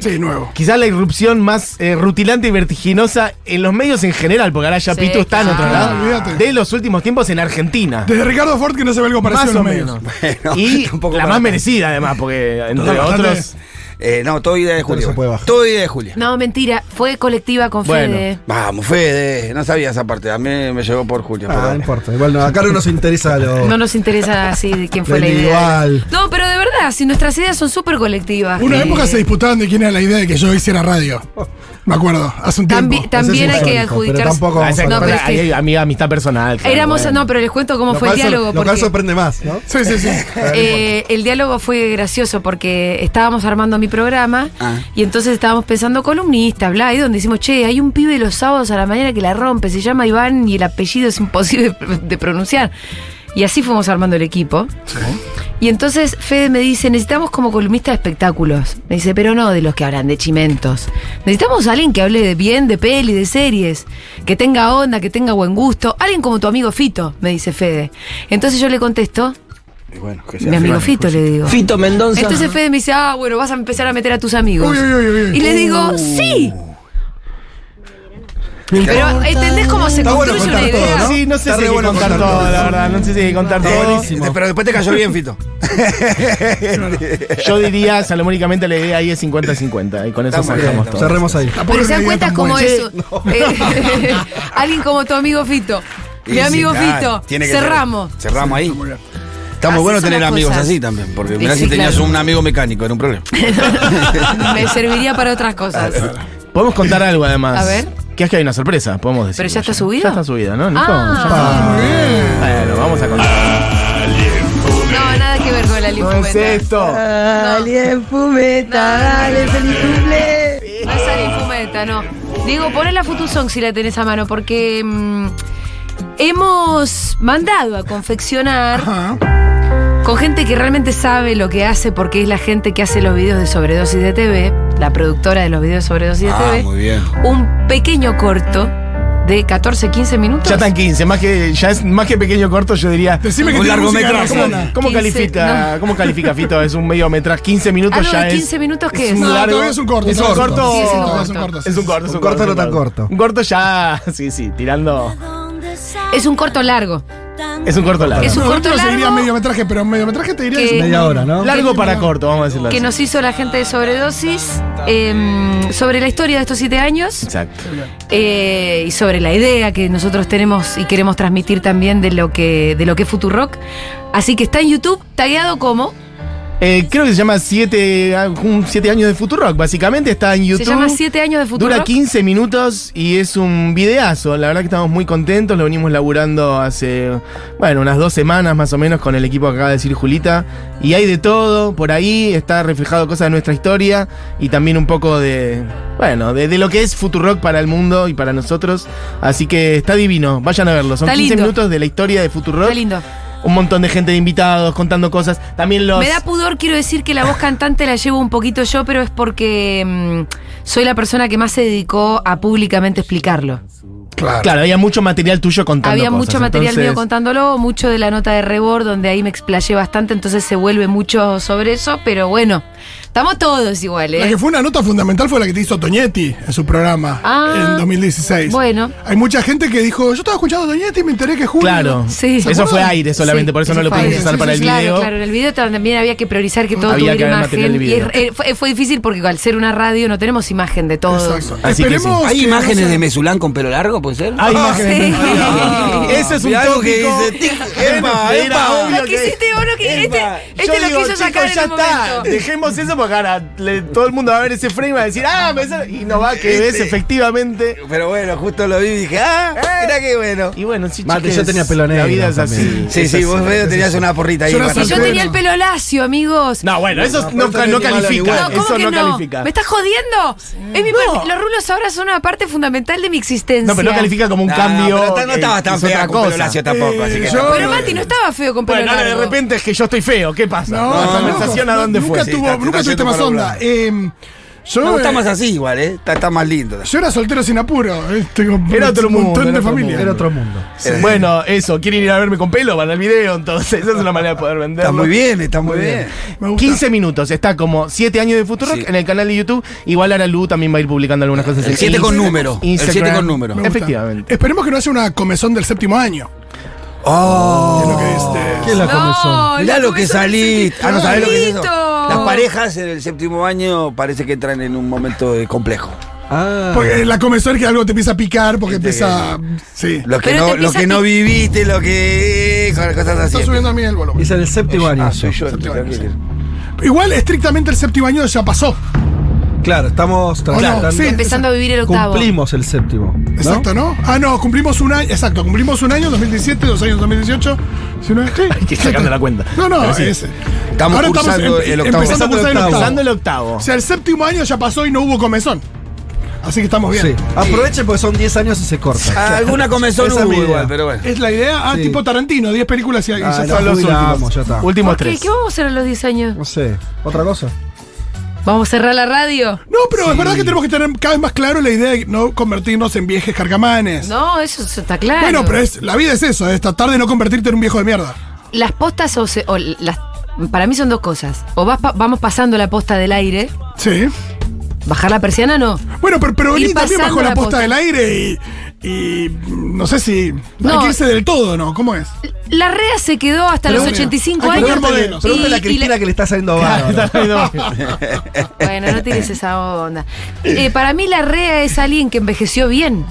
E: Sí, nuevo.
A: quizás la irrupción más eh, rutilante y vertiginosa en los medios en general, porque ahora ya
B: Sí,
A: Pitu está en otro
B: claro.
C: Ah,
A: lado,
E: Olvídate.
A: de los últimos tiempos en Argentina.
E: Desde Ricardo Ford que no se ve algo parecido
A: Más
E: en los
A: o
E: medios.
A: menos.
D: Bueno,
A: y
D: tampoco
A: la
D: para
A: más
D: tanto.
A: merecida, además, porque entre
E: bastante-
A: otros.
D: Eh, no, todo idea de
C: Esto no
D: Julia.
C: se puede bajar.
D: Todo idea de Julia.
B: No, mentira, fue colectiva con
A: Bueno.
B: Fede.
D: Vamos, Fede, no sabía esa parte. A mí me llegó por Julia.
C: Ah, no
D: perdón.
C: importa. Igual no, acá no nos interesa lo.
B: No nos interesa así de quién fue la
C: Del
B: idea.
C: igual.
B: No, pero de verdad, si nuestras ideas son súper colectivas.
E: Una
B: Eh,
E: época se disputaban de quién era la idea de que yo hiciera radio. Me acuerdo, hace un
B: tambi-
E: tiempo.
C: No sé si
B: también hay que
C: insólito, pero
B: adjudicarse.
C: tampoco vamos
A: Ah,
C: a
A: exacto,
B: No, pero
A: pero
B: es que-
A: ahí hay amiga, amistad personal. claro,
B: Éramos,
A: bueno.
B: no, pero les cuento cómo
C: Lo
B: fue el
C: cual sor-
B: diálogo.
C: Lo cual
B: porque,
C: sorprende más, ¿no?
E: Sí, sí, sí.
B: eh, el diálogo fue gracioso porque estábamos armando mi programa
D: Ah.
B: y entonces estábamos pensando columnista, bla, y donde decimos, che, hay un pibe los sábados a la mañana que la rompe, se llama Iván y el apellido es imposible de pronunciar. Y así fuimos armando el equipo. Y entonces Fede me dice, necesitamos como columnista de espectáculos. Me dice, pero no de los que hablan de chimentos. Necesitamos a alguien que hable de bien, de peli, de series, que tenga onda, que tenga buen gusto. Alguien como tu amigo Fito, me dice Fede. Entonces yo le contesto,
D: Y bueno, que sea
B: mi amigo
D: Fede.
B: Fito le digo.
F: Fito Mendoza.
B: Entonces Fede me dice, ah, bueno, vas a empezar a meter a tus amigos.
E: Uy, uy, uy, Uh. uy.
B: Y le digo, sí. Pero ¿entendés cómo se
C: Está bueno
B: construye una
C: contar todo,
B: idea?
C: ¿no?
A: Sí, no
C: Está
A: sé si
C: re
A: hay que
C: bueno
A: contar
C: contar
A: todo,
C: todo.
A: la verdad. No sé si hay que contar
D: Eh,
A: todo.
D: te- pero después te cayó bien, Fito.
A: Yo diría, salomónicamente, la idea ahí es 50-50. Y con eso
D: Está muy bien,
A: sacamos
D: está
A: todo.
C: Cerremos ahí.
B: Pero se dan cuenta como
E: es.
B: eso. Eh, alguien como tu amigo Fito.
D: Y
B: Mi
D: sí,
B: amigo
D: claro,
B: Fito.
D: tiene que ser.
B: Cerramos.
D: Cerramos ahí. Está
B: Así
D: muy bueno
B: son
D: tener
B: las
D: amigos
B: cosas.
D: así también, porque
B: Y
D: mirá
B: sí,
D: si tenías
B: claro.
D: un amigo mecánico, era un problema.
B: Me serviría para otras cosas.
A: Podemos contar algo, además.
B: A ver.
A: Que es que hay una sorpresa, podemos decir.
B: ¿Pero ya está subido?
A: Ya está subida, ¿no, Nico?
B: Ah.
A: Ya está. Bueno, vamos a contar.
B: No, nada que ver con la
A: No es
B: linfumeta.
A: esto.
F: Alguien fumeta,
B: dale,
F: feliz cumple.
B: No es la linfumeta, no. Digo, poné la Futusong si la tenés a mano, porque mm, hemos mandado a confeccionar con gente que realmente sabe lo que hace, porque es la gente que hace los videos de sobredosis de TV, la productora de los videos de sobredosis de
D: Ah,
B: TV.
D: muy bien.
B: un pequeño corto de 14, 15 minutos.
A: Ya están 15, más que, ya es más que pequeño corto, yo diría.
E: Decime que
D: Un
E: tiene música
D: largometraje.
E: razona.
A: ¿Cómo
B: 15,
A: califica? ¿Cómo califica Fito? Es un medio metraje. 15 minutos
B: Ah, no,
A: ya
B: de 15
A: es.
B: minutos que
A: es
B: es.
A: un
E: No,
A: largo-
E: todavía es un corto.
A: Es un corto.
B: Sí, es un
E: todavía
B: corto.
A: Es un corto, es
C: Un corto
A: es
C: no tan corto.
A: Un corto ya, sí, sí, tirando.
B: Es un corto largo.
A: Es un corto largo.
B: Es un
E: No,
B: corto
E: no seguiría
B: largo.
E: mediometraje, pero mediometraje te diría
B: Que-
E: es-
C: Media hora, ¿no?
A: Largo para corto, vamos a decirlo
B: que
A: así.
B: nos hizo la gente de Sobredosis em, sobre la historia de estos siete años
A: Exacto.
B: eh, y sobre la idea que nosotros tenemos y queremos transmitir también de lo que, de lo que es Futurock. Así que está en YouTube, tagueado como.
A: Eh, creo que se llama 7 años de Futurock. Básicamente está en YouTube.
B: Se llama Siete años de Futurock.
A: Dura 15 minutos y es un videazo. La verdad que estamos muy contentos. Lo venimos laburando hace, bueno, unas dos semanas más o menos con el equipo que acaba de decir Julita. Y hay de todo por ahí. Está reflejado cosas de nuestra historia y también un poco de, bueno, de, de lo que es Futurock para el mundo y para nosotros. Así que está divino. Vayan a verlo. Son
B: Está
A: 15
B: lindo.
A: minutos de la historia de Futurock.
B: Está lindo.
A: Un montón de gente de invitados contando cosas. También los.
B: Me da pudor, quiero decir que la voz cantante la llevo un poquito yo, pero es porque mm, soy la persona que más se dedicó a públicamente explicarlo.
E: Claro.
A: Claro, había mucho material tuyo contando
B: Había
A: cosas,
B: mucho material mío
A: entonces-
B: contándolo, mucho de la nota de Rebord, donde ahí me explayé bastante, entonces se vuelve mucho sobre eso, pero bueno, estamos todos ¿eh? iguales.
E: La que fue una nota fundamental fue la que te hizo Toñetti en su programa
B: Ah,
E: en 2016.
B: bueno.
E: Hay mucha gente que dijo, yo estaba escuchando a Toñetti y me enteré que Julio...
A: Claro.
B: Sí. ¿Se
A: Eso
B: acuerdan?
A: fue aire solamente,
B: Sí,
A: por eso no
B: ese
A: lo
B: fue
A: pudimos
B: aire.
A: usar
B: Sí,
A: para
B: sí,
A: el
B: claro,
A: video.
B: Claro, en el video también había que priorizar que todo
A: Había que
B: tuviera
A: haber
B: imagen.
A: material de
B: y
A: video.
B: es- eh, fue, fue difícil porque al ser una radio no tenemos imagen de todo.
E: Exacto.
A: Así que
E: Esperemos
D: ¿Hay
E: que no
D: imágenes
E: sea-
D: de Mesulán con pelo largo, puede ser?
A: Hay imágenes.
B: Sí.
A: Ah, Ese es un
D: Mirá algo
A: tópico.
D: que dice, tic, epa,
A: Era
D: epa,
A: obvio
B: Lo que hiciste vos, lo que- este,
A: Epa.
B: este
A: Yo
B: lo
A: digo,
B: quiso sacar
A: chicos,
B: en
A: ya
B: el
A: está.
B: momento.
A: Dejemos eso porque cara. Le- todo el mundo va a ver ese frame y va a decir, ah, me sale", y no va que ves
D: Este.
A: efectivamente. Eh.
D: Pero bueno, justo lo vi y dije, ah, mira qué bueno.
A: Y bueno, sí,
C: Mate,
A: chiques,
C: yo tenía pelo
A: La
C: negro
A: vida es así.
C: también.
D: Sí,
A: es
D: sí,
A: así.
D: vos medio tenías una porrita ahí.
E: Yo no
D: para-
B: Si yo
E: Bueno.
B: tenía el pelo lacio, amigos.
A: No, bueno, eso no,
D: pero
A: no
D: ni malo ni
A: califica.
D: bueno.
B: No, ¿cómo
A: eso
B: que
A: no,
B: no?
A: califica.
B: ¿Me estás jodiendo? Es mi per- Los rulos ahora son una parte fundamental de mi existencia.
A: No, pero no califica como un
D: No,
A: cambio.
D: pero ta- no
A: eh,
D: estabas tan
A: es otra
D: fea con pelo
A: cosa.
D: lacio tampoco, así que
E: yo-
D: tampoco.
B: Pero Mati no estaba feo con pelo
A: Bueno, ahora de
B: largo.
A: repente es que yo estoy feo. ¿Qué pasa?
E: No,
A: ¿La
E: tampoco.
A: conversación a dónde
E: nunca
A: fue?
D: Sí,
E: Tuvo,
D: está-
E: nunca
D: está
E: tuviste
D: haciendo
E: más
D: para
E: onda.
D: hablar.
E: Eh, yo,
D: Me gusta
E: eh,
D: más así igual, ¿eh? Está, está más lindo.
E: yo era soltero sin apuro. eh, tengo
A: Era otro
E: un
A: mundo,
E: montón
A: era
E: de
A: otro
E: familia.
C: Era otro mundo.
A: Sí. Bueno, eso, quieren ir a verme con pelo, van al video, entonces, esa es una manera de poder venderlo.
D: Está muy bien, está muy bien.
E: Me gusta.
A: 15 minutos, está como 7 años de Futuro
D: Sí.
A: en el canal de YouTube. Igual ahora Lu también va a ir publicando algunas cosas.
D: El
A: en
D: siete con
A: Instagram,
D: número, el
A: Instagram.
D: siete con número.
E: Me gusta.
A: Efectivamente.
E: Esperemos que no haya una comezón del séptimo año.
D: Oh,
E: Es lo que es, eh,
C: ¿Quién la comenzó?
B: No,
D: Mirá
B: la
D: lo que
B: comenzó en el
D: salí.
B: sentido-
D: Ah, no sabés lo que es eso.
B: Listo.
D: Las parejas en el séptimo año parece que entran en un momento eh, complejo.
C: Ah.
E: Porque la comezón es que algo te empieza a picar, porque
D: Viste
E: empieza. Sí.
D: Lo que,
B: Pero te
D: no, lo
B: empieza
D: que
B: a
D: no
B: pi-
D: viviste, lo que. con las cosas así.
E: Está subiendo a mí el volumen.
C: Es en el séptimo año.
D: Ah,
C: eso.
D: soy yo.
E: Séptimo
D: tengo
E: año,
D: que
E: sí.
D: decir.
E: Igual, estrictamente, el séptimo año ya pasó.
C: Claro, estamos tratando.
E: sí.
B: Empezando a vivir el octavo.
C: Cumplimos el séptimo. ¿no?
E: Exacto, ¿no? Ah, no, cumplimos un año. Exacto, cumplimos un año, 2017, dos años, 2018. Si no, sí.
A: Hay que ir sacando la cuenta.
E: No, no,
A: Pero sí.
E: es-
D: Estamos
E: ahora
D: cursando
E: em-
D: el octavo.
E: Empezando a cursar el octavo.
A: Usando el octavo.
E: O sea, el séptimo año ya pasó y no hubo comezón. Así que estamos bien.
C: Sí. Aprovechen porque son 10 años y se corta.
D: Ah, Alguna comenzó
C: Esa es
D: hubo
C: mi idea.
D: igual, pero bueno.
E: Es la idea. Ah,
C: Sí.
E: tipo Tarantino, 10 películas y, y ya
C: Ah,
E: está.
C: nos jubilamos, ya está.
A: Últimos
B: ¿Por Ah, ¿Qué?
A: tres.
B: ¿Qué vamos a hacer a los 10 años?
C: No sé. ¿Otra cosa?
B: ¿Vamos a cerrar la radio?
E: No, pero es verdad que tenemos que tener cada vez más claro la idea de no convertirnos en viejes carcamanes.
B: No, eso, eso está claro.
E: Bueno, pero es, la vida es eso, es tratar de no convertirte en un viejo de mierda.
B: Las postas o, se- o las... Para mí son dos cosas. O vas pa- vamos pasando la posta del aire.
E: Sí.
B: Bajar la persiana no.
E: Bueno, pero, pero
B: Ir
E: Belín también
B: pasando
E: bajó la
B: la
E: posta
B: posta.
E: del aire y, y, mm, no sé si hay
B: No.
E: que irse del todo, ¿no? ¿Cómo es?
B: La REA se quedó hasta
E: Pero
B: los
E: bueno,
B: 85
E: hay que
B: años.
E: ver modelos.
B: Y-
C: Pregúntale a
B: y
C: Cristina
B: la-
C: que le está saliendo bárbaro.
B: Bueno, no tienes esa onda. Eh, para mí la REA es alguien que envejeció bien.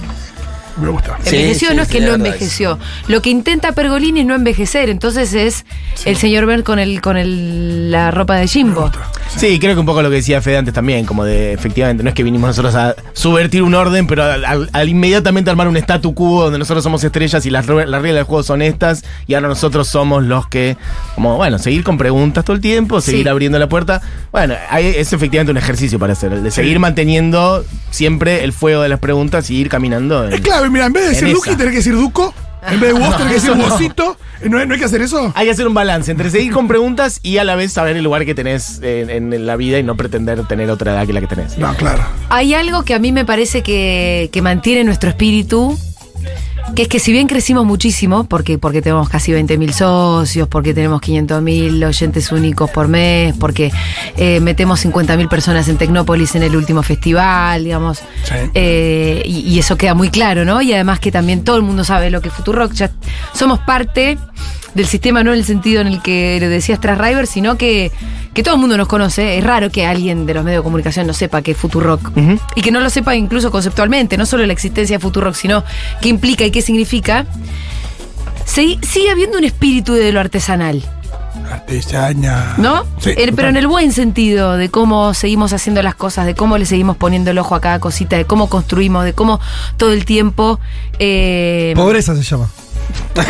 E: Me gusta.
D: Sí,
B: Envejeció
D: sí,
B: no es que
D: sí,
B: no
D: la verdad que
B: envejeció. Lo que intenta Pergolini es no envejecer. Entonces es el señor Bern con el con el, la ropa de Jimbo.
A: Sí, creo que un poco lo que decía Fede antes también, como de efectivamente, no es que vinimos nosotros a subvertir un orden, pero al, al- al inmediatamente armar un statu quo donde nosotros somos estrellas y las, re- las reglas del juego son estas, y ahora nosotros somos los que, como bueno, seguir con preguntas todo el tiempo, seguir
B: Sí.
A: abriendo la puerta. Bueno, hay- es efectivamente un ejercicio para hacer, el de seguir manteniendo siempre el fuego de las preguntas y ir caminando. en-
E: Es clave, mira, en vez de
A: En
E: decir Duki,
A: esa.
E: tenés que decir Duco. En vez de vos,
A: No,
E: tenés que decir
A: eso no.
E: Vosito. ¿No, hay- no hay que hacer eso?
A: Hay que hacer un balance entre seguir con preguntas y a la vez saber el lugar que tenés en, en- en la vida y no pretender tener otra edad que la que tenés.
E: No, claro.
B: Hay algo que a mí me parece que, que mantiene nuestro espíritu, que es que si bien crecimos muchísimo, porque, porque tenemos casi 20.000 socios, porque tenemos 500.000 oyentes únicos por mes, porque eh, metemos 50.000 personas en Tecnópolis en el último festival, digamos,
E: Sí.
B: eh, y, y eso queda muy claro, ¿no? Y además que también todo el mundo sabe lo que es Futurock, ya somos parte del sistema, no en el sentido en el que lo decías tras River, sino que, que todo el mundo nos conoce. Es raro que alguien de los medios de comunicación no sepa que es Futurock.
A: Ujú.
B: Y que no lo sepa incluso conceptualmente, no solo la existencia de Futurock, sino qué implica y qué significa. Se- sigue habiendo un espíritu de lo artesanal,
E: Artesaña.
B: ¿no?
E: Sí,
B: El- pero en el buen sentido, de cómo seguimos haciendo las cosas, de cómo le seguimos poniendo el ojo a cada cosita, de cómo construimos, de cómo todo el tiempo... eh,
C: Pobreza se llama.
B: Ah,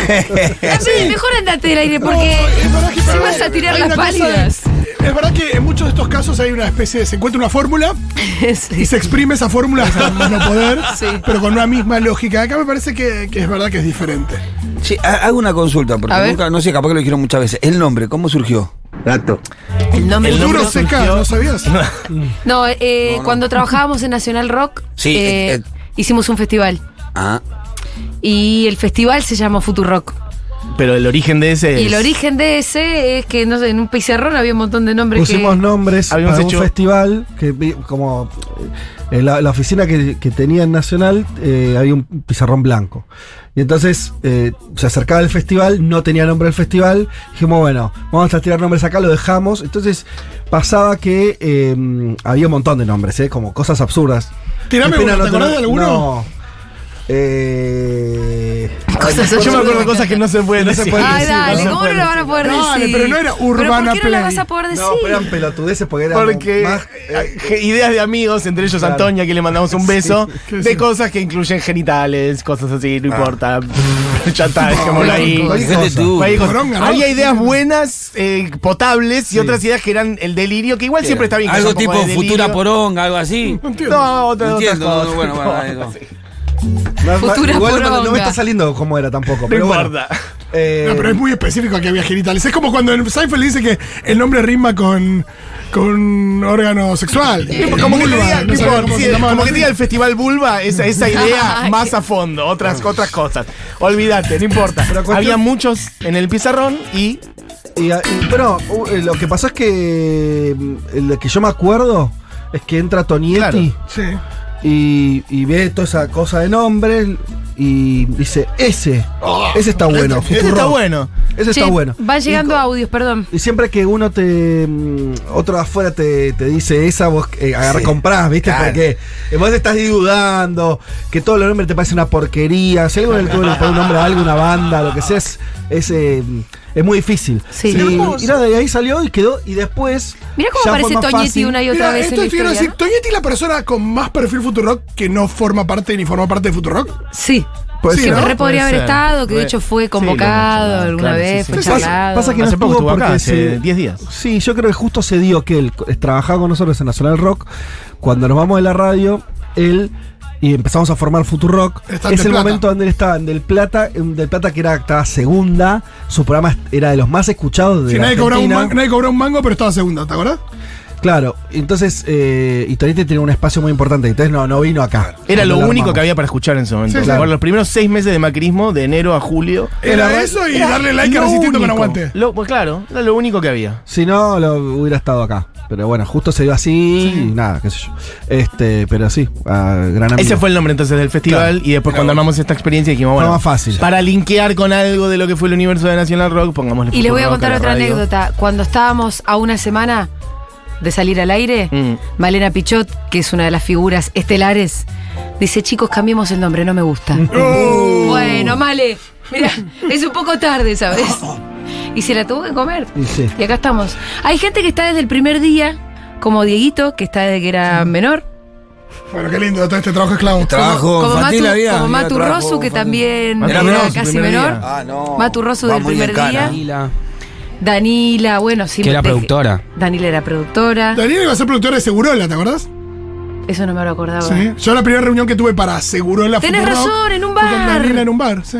B: Mejor andate del aire porque
E: Es verdad que-
B: si vas a tirar
E: hay
B: las
E: una cosa de-
B: pálidas.
E: Es verdad que en muchos de estos casos hay una especie de. Se encuentra una fórmula y se exprime esa fórmula hasta no poder,
B: Sí.
E: pero con una misma lógica. Acá me parece que, que es verdad que es diferente.
D: Sí, ha- hago una consulta, porque
B: A ver.
D: nunca, no sé, capaz que lo dijeron muchas veces. El nombre, ¿cómo surgió?
G: Gato.
B: El nombre
A: El
B: del
E: Duro
A: nombre
B: grupo.
E: seca,
A: surgió-
E: ¿no sabías?
B: No, eh,
D: no.
B: cuando trabajábamos en Nacional Rock,
D: Sí,
B: eh,
D: eh, eh.
B: hicimos un festival.
D: Ah,
B: Y el festival se llamó Futurock.
A: Pero el origen de ese
B: Y el
A: es-
B: origen de ese es que, no sé, en un pizarrón había un montón de nombres
C: Pusimos
B: que...
C: nombres
A: Habíamos
C: para
A: hecho-
C: un festival que vi- como eh, la, la oficina que, que tenía en Nacional eh, había un pizarrón blanco. Y entonces eh, se acercaba el festival, no tenía nombre el festival, dijimos, bueno, vamos a tirar nombres acá, lo dejamos. Entonces pasaba que eh, había un montón de nombres, ¿eh? como cosas absurdas.
E: Tirame
C: Qué pena
E: uno, ¿te acordás
C: tener-
E: de alguno?
C: No. Eh,
B: cosas
A: Yo me acuerdo de cosas que no se pueden
C: No se
A: decir.
C: pueden
B: Ay,
C: decir,
A: No
B: dale,
A: se
B: ¿cómo no
A: pueden
B: la van a poder decir?
E: Dale, pero no era Urbana
B: ¿Pero por qué no la
E: Play.
B: vas a poder decir?
C: No, pero eran pelotudeces porque eran
A: Porque
C: más.
A: eh, ideas de amigos, entre ellos
C: Claro.
A: Antonia, que le mandamos un beso,
E: ¿Qué
A: de
E: decía?
A: cosas que incluyen genitales, cosas así, no importa. ya está, dejémoslo ahí.
C: Cualquier cosa.
D: tú.
A: Ahí, cosas.
E: Poronga, ¿no?
A: Había ideas buenas, eh, potables, y otras ideas que eran el delirio, que igual siempre está bien. que
G: Algo
A: haya un poco
G: tipo
A: de delirio.
G: futura poronga, algo así.
E: No entiendo.
A: No, otra,
G: No
A: otras
G: entiendo,
A: cosas.
G: bueno, bueno,
A: No,
G: algo.
A: sí.
C: No,
B: Futura
C: igual no- no,
B: poronga.
C: me está saliendo como era tampoco.
A: No
C: pero bueno.
A: importa.
C: Eh,
E: No, pero es muy específico que había genitales. Es como cuando en Seinfeld dice que el nombre rima con, con órgano sexual.
A: Como que te
E: vulva,
A: diga,
E: no
A: tipo,
E: sabía cómo se
A: sí,
E: llamaba,
A: como
E: ¿no?
A: que te diga el Festival Bulba, esa, esa idea
B: Ay.
A: más a fondo, otras, otras cosas. Olvídate, no importa.
C: cuestión-
A: Había muchos en el pizarrón y
C: Y, a- y, bueno, u- eh, lo que pasó es que mm, lo que yo me acuerdo es que entra Tonietti
E: Sí.
C: y, y ve toda esa cosa de nombre y dice, ese, ese está bueno.
A: Este
C: Futurock,
A: está bueno.
C: Ese
B: Che,
C: está bueno.
B: Van llegando audios, perdón.
C: Y siempre que uno te. mm, Otro de afuera te, te dice esa, vos eh, agarrás, comprás, ¿viste? Porque eh, vos estás dudando, que todos los nombres te parece una porquería. Si algo en el cual le pone un nombre a algo, una banda, lo que sea, es, es, eh, es muy difícil.
B: Sí.
C: Y, y nada, de ahí salió y quedó. Y después.
B: Mirá cómo
C: ya fue
B: aparece
C: más
B: Toñetti
C: fácil.
B: una y otra
E: Mira,
B: vez
E: esto
B: en la
E: te quiero
B: historia.
E: decir,
B: ¿no?
E: Toñetti es la persona con más perfil Futurock que no forma parte ni formó parte de Futurock.
B: Sí.
E: Puede
B: Sí,
E: ser, ¿no?
B: re podría haber
A: Puede ser.
B: estado, que de
A: Re-
B: hecho fue
A: Sí, lo hemos
B: convocado
A: charlado,
B: alguna
A: Ah, claro,
B: vez,
A: sí,
B: fue
A: sí.
C: Pasa-
B: charlado.
C: pasa que no
A: Hace poco
C: estuvo
A: estuvo acá,
C: porque
A: hace
C: se-
A: 10 días.
C: Sí, yo creo que justo se dio que él eh, trabajaba con nosotros en Nacional Rock. Cuando nos vamos de la radio, él y empezamos a formar Futurock.
E: Está en
C: es
E: Del
C: el
E: Plata.
C: momento donde él estaba en Del Plata, en Del Plata que era estaba segunda, su programa era de los más escuchados de
E: Si
C: la
E: nadie cobraba, un
C: Argentina.
E: mango, nadie cobraba un mango, pero estaba segunda, ¿te acordás?
C: Claro, entonces eh, y Torete tenía un espacio muy importante, entonces no, no vino acá.
A: Era
C: Cuando
A: lo
C: la
A: único
C: armamos.
A: que había para escuchar en su momento.
E: Sí,
A: Por
E: claro.
A: los primeros seis meses de macrismo, de enero a julio.
E: Era,
C: Era-
E: eso y
C: era
E: darle like a
C: lo
E: resistiendo con
C: único.
E: aguante.
A: Lo- pues claro, era lo único que había.
C: Si no, lo hubiera estado acá. Pero bueno, justo se dio así y nada, qué sé yo. Este, pero sí, ah, gran amigo.
A: Ese fue el nombre entonces del festival y después cuando armamos esta experiencia dijimos,
C: Fue
A: bueno,
C: más fácil.
A: para linkear con algo de lo que fue el universo de National Rock, pongámosle
B: Y les voy a
A: Futuro
B: contar
A: Rock
B: otra
A: a la radio.
B: anécdota. Cuando estábamos a una semana de salir al aire,
A: Mm.
B: Malena Pichot, que es una de las figuras estelares, dice, chicos, cambiemos el nombre, no me gusta. Bueno, Male, mira, es un poco tarde, ¿sabes? Y se la tuvo que comer.
C: Y sí.
B: Y acá estamos. Hay gente que está desde el primer día, como Dieguito, que está desde que era menor.
E: Bueno, qué lindo todo este trabajo esclavo.
G: Trabajo
B: como
G: infantil
B: Matu,
G: había.
B: como
G: Había
B: Matu
G: trabajo
B: Rosu, que
G: infantil.
B: también
A: Era
B: era,
A: menor su
B: casi
A: primer
B: menor.
A: día.
G: Ah, no.
B: Matu Rosso del
G: Va muy
B: primer
G: en cara.
B: día. Danila, bueno, sí.
G: Que era
B: de-
G: productora.
B: Danila era productora.
E: Daniel iba a ser productor de Segurola, ¿te acordás?
B: Eso no me lo acordaba.
E: Sí. Yo la primera reunión que tuve para Segurola
B: Tenés
E: Futurock
B: razón, en un
E: fue con
B: bar.
E: Daniela en un bar, sí.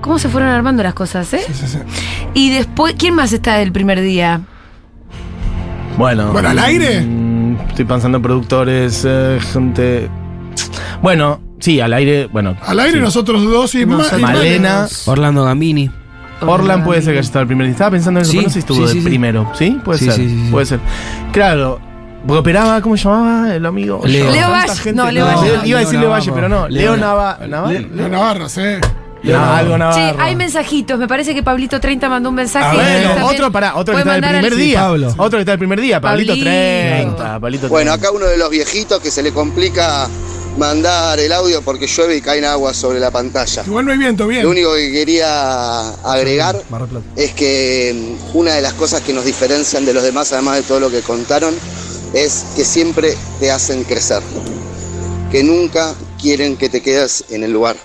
B: ¿Cómo se fueron armando las cosas, eh?
E: sí, sí.
B: Y después, ¿quién más está del primer día?
A: Bueno.
E: Bueno, ¿al aire?
A: mm, estoy pensando en productores, eh, gente... Bueno, sí, al aire, bueno.
E: Al aire
A: sí.
E: nosotros dos y, Ma- y
A: Malena,
G: Orlando Gambini.
A: Orlan puede ser que haya estado el primer día. Estaba pensando en eso,
G: Sí,
A: pero no sé si estuvo
G: sí,
A: de
G: sí, sí.
A: primero. ¿Sí? Puede
G: Sí,
A: ser.
G: sí, sí, sí.
A: Puede ser. Claro. Porque operaba, ¿cómo se llamaba el amigo?
G: Leo.
B: Leo
A: Tanta
B: Valle.
A: gente-
B: No, Leo Valle. no.
A: Iba a decir
G: Leo
A: Leo Valle,
G: Navarro.
A: pero no.
G: Leo
A: Leo Nava- Navarro.
E: Leo Navarro, sí.
A: Leo Navarro. Algo
B: Che,
A: Navarro.
B: hay mensajitos. Me parece que Pablito 30 mandó un
A: Ah,
B: mensaje.
A: bueno,
B: También
A: otro para otro
B: puede
A: que está el
B: mandar
A: primer
B: al-
A: día.
C: Pablo.
A: Otro que está el primer día, Pablito
B: Pablito.
A: 30, Pablito
H: Bueno,
A: 30.
H: acá uno de los viejitos que se le complica mandar el audio porque llueve y caen agua sobre la pantalla.
E: Igual no hay viento, bien.
H: Lo único que quería agregar
C: Mar del Plata.
H: es que mm, una de las cosas que nos diferencian de los demás, además de todo lo que contaron, es que siempre te hacen crecer, que nunca quieren que te quedes en el lugar,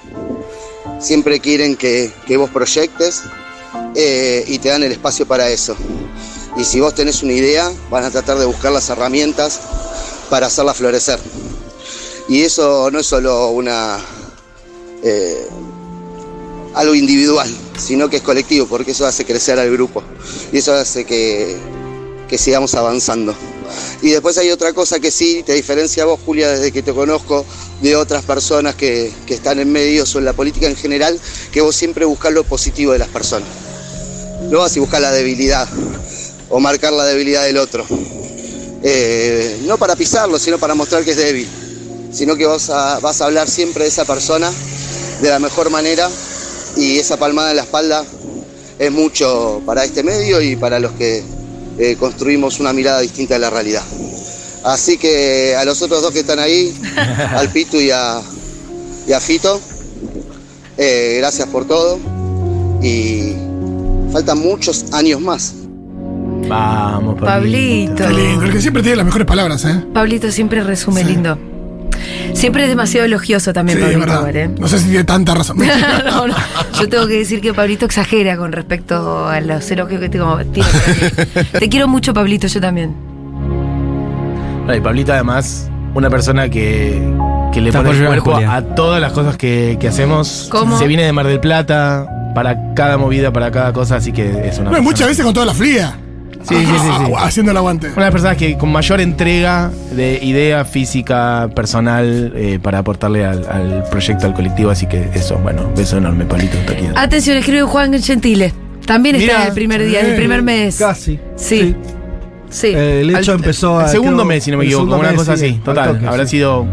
H: siempre quieren que, que vos proyectes eh, y te dan el espacio para eso. Y si vos tenés una idea, van a tratar de buscar las herramientas para hacerla florecer. Y eso no es solo una... eh, algo individual, sino que es colectivo, porque eso hace crecer al grupo y eso hace que, que sigamos avanzando. Y después hay otra cosa que sí te diferencia a vos, Julia, desde que te conozco, de otras personas que, que están en medios o en la política en general, que vos siempre buscas lo positivo de las personas. No vas y buscas la debilidad o marcar la debilidad del otro. Eh, no para pisarlo, sino para mostrar que es débil, sino que vas a, vas a hablar siempre de esa persona de la mejor manera y esa palmada en la espalda es mucho para este medio y para los que eh, construimos una mirada distinta de la realidad. Así que a los otros dos que están ahí, al Pitu y a, y a Fito, Eh, gracias por todo y faltan muchos años más.
A: Vamos,
B: Pablito.
E: Está lindo, el que siempre tiene las mejores palabras, ¿eh?
B: Pablito siempre resume lindo. Siempre es demasiado elogioso también,
E: Sí, es
B: Pablito.
E: verdad.
B: igual, ¿eh?
E: No sé si tiene tanta razón.
B: No, no. Yo tengo que decir que Pablito exagera con respecto a los elogios que te, como, tiene para mí. Te quiero mucho, Pablito, yo también.
A: No, y Pablito, además, una persona que, que le
G: Está
A: pone
G: por
A: el
G: llorar,
A: cuerpo
G: Julia.
A: a todas las cosas que, que hacemos.
B: ¿Cómo?
A: Se viene de Mar del Plata para cada movida, para cada cosa, así que es una.
E: No, y
A: persona-
E: muchas veces con toda la fría.
A: Sí, sí, sí, sí.
E: Ah, Haciendo el aguante.
A: Una de las personas que con mayor entrega de idea física, personal, eh, para aportarle al, al proyecto, al colectivo. Así que eso, bueno, beso enorme, Pablito. Te quiero.
B: Atención, escribe Juan Gentile. También está
A: Mirá,
B: en el primer día, en el primer mes.
C: Casi.
B: Sí. Sí.
C: Eh, el hecho
B: Al-
C: empezó a.
A: El segundo
C: creo,
A: mes, si no me
C: el
A: equivoco,
C: segundo
A: una
C: mes,
A: cosa
C: sí,
A: así.
C: al
A: Total,
C: toque,
A: habrá
C: sí.
A: sido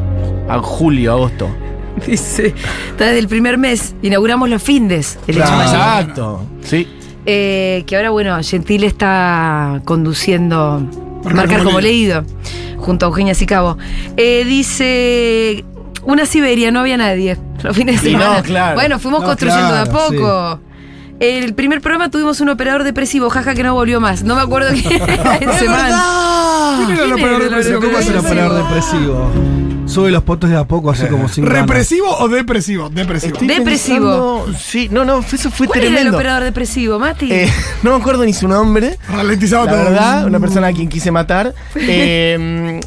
A: a julio, agosto.
B: Dice, está desde el primer mes, inauguramos los findes. El hecho
C: Claro.
B: mayor.
A: Exacto. Sí.
B: Eh, que ahora, bueno, Gentil está conduciendo Marcar, como leído, junto a Eugenia Sicabo. Eh, dice, una Siberia, no había nadie los fines de
A: Y no,
B: semana.
A: claro.
B: Bueno, fuimos
C: No,
B: construyendo de a
C: claro,
B: poco. El primer programa tuvimos un operador depresivo, jaja que no volvió más. No me acuerdo quién era ese man.
E: Ah, ¿Quién era el
B: ¿Quién
E: operador
B: era el
E: depresivo?
C: ¿Cómo
E: ¿Cómo
C: es el
E: se llama?
C: operador depresivo? Sube los potos de a poco, así como sin ganas.
E: ¿Represivo o depresivo? Depresivo.
A: Estoy
B: Depresivo.
A: pensando- sí, no, no, eso fue
B: ¿Cuál era el
A: tremendo.
B: operador depresivo, Mati?
A: Eh, no me acuerdo ni su nombre.
E: Ralentizado
A: La
E: todo.
A: verdad, una persona a quien quise matar. Eh,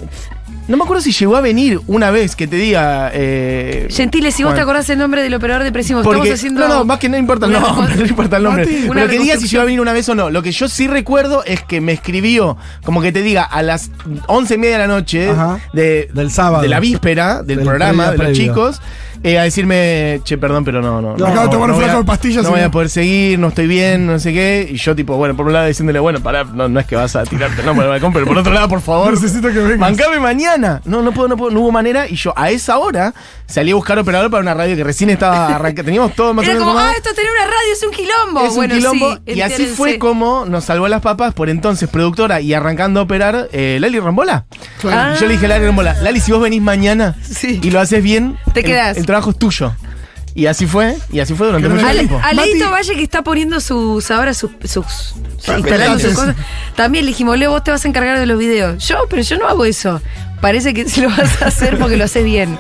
A: no me acuerdo si llegó a venir una vez que te diga. eh,
B: Gentile, si vos
A: Juan.
B: te acordás el nombre del operador depresivo,
A: porque,
B: estamos haciendo.
A: no, no, más que no importa el
B: una-
A: nombre, no importa el nombre.
B: Mati, una
A: Pero que diga si
B: reconstrucción.
A: llegó a venir una vez o no. Lo que yo sí recuerdo es que me escribió, como que te diga, a las once y media de la noche
C: Ajá.
A: de,
C: Del sábado.
A: de la víspera del,
C: Del
A: programa,
C: día
A: de los
C: previo.
A: chicos, eh, a decirme, che, perdón, pero no, no. no,
E: Acabo de
A: no,
E: tomar
A: no
E: un
A: voy
E: frasco
A: a-
E: de pastillas
A: No
E: y
A: voy
E: no-
A: a poder seguir, no estoy bien, no sé qué. Y yo, tipo, bueno, por un lado diciéndole, bueno, pará, no, no es que vas a tirarte el nombre al balcón, pero por otro lado, por favor.
E: Necesito que vengas.
A: Mancame mañana. No, no puedo, no puedo, no hubo manera. Y yo a esa hora salí a buscar operador para una radio que recién estaba arrancando. Teníamos todo más o
B: Era
A: menos
B: como,
A: armado.
B: ah, esto tener una radio es un quilombo.
A: Es un
B: Bueno,
A: quilombo.
B: sí,
A: y así
B: entérense.
A: fue como nos salvó las papas, por entonces productora y arrancando a operar, eh, Lali Rambola.
E: Claro.
A: Y Yo le dije a Lali Rambola, Lali, si vos venís mañana
B: Sí.
A: y lo haces bien,
B: Te
A: el-
B: quedás.
A: El, trabajo es tuyo. Y así fue, y así fue durante
E: Qué
A: mucho
E: maravilla.
B: Ale-
A: tiempo.
B: Aleito
E: Mati-
B: Valle que está poniendo sus ahora sus, sus- instalando sus
E: Papelotes.
B: cosas. También le dijimos, Leo, vos te vas a encargar de los videos. Yo, pero yo no hago eso. Parece que se lo vas a hacer porque lo haces bien.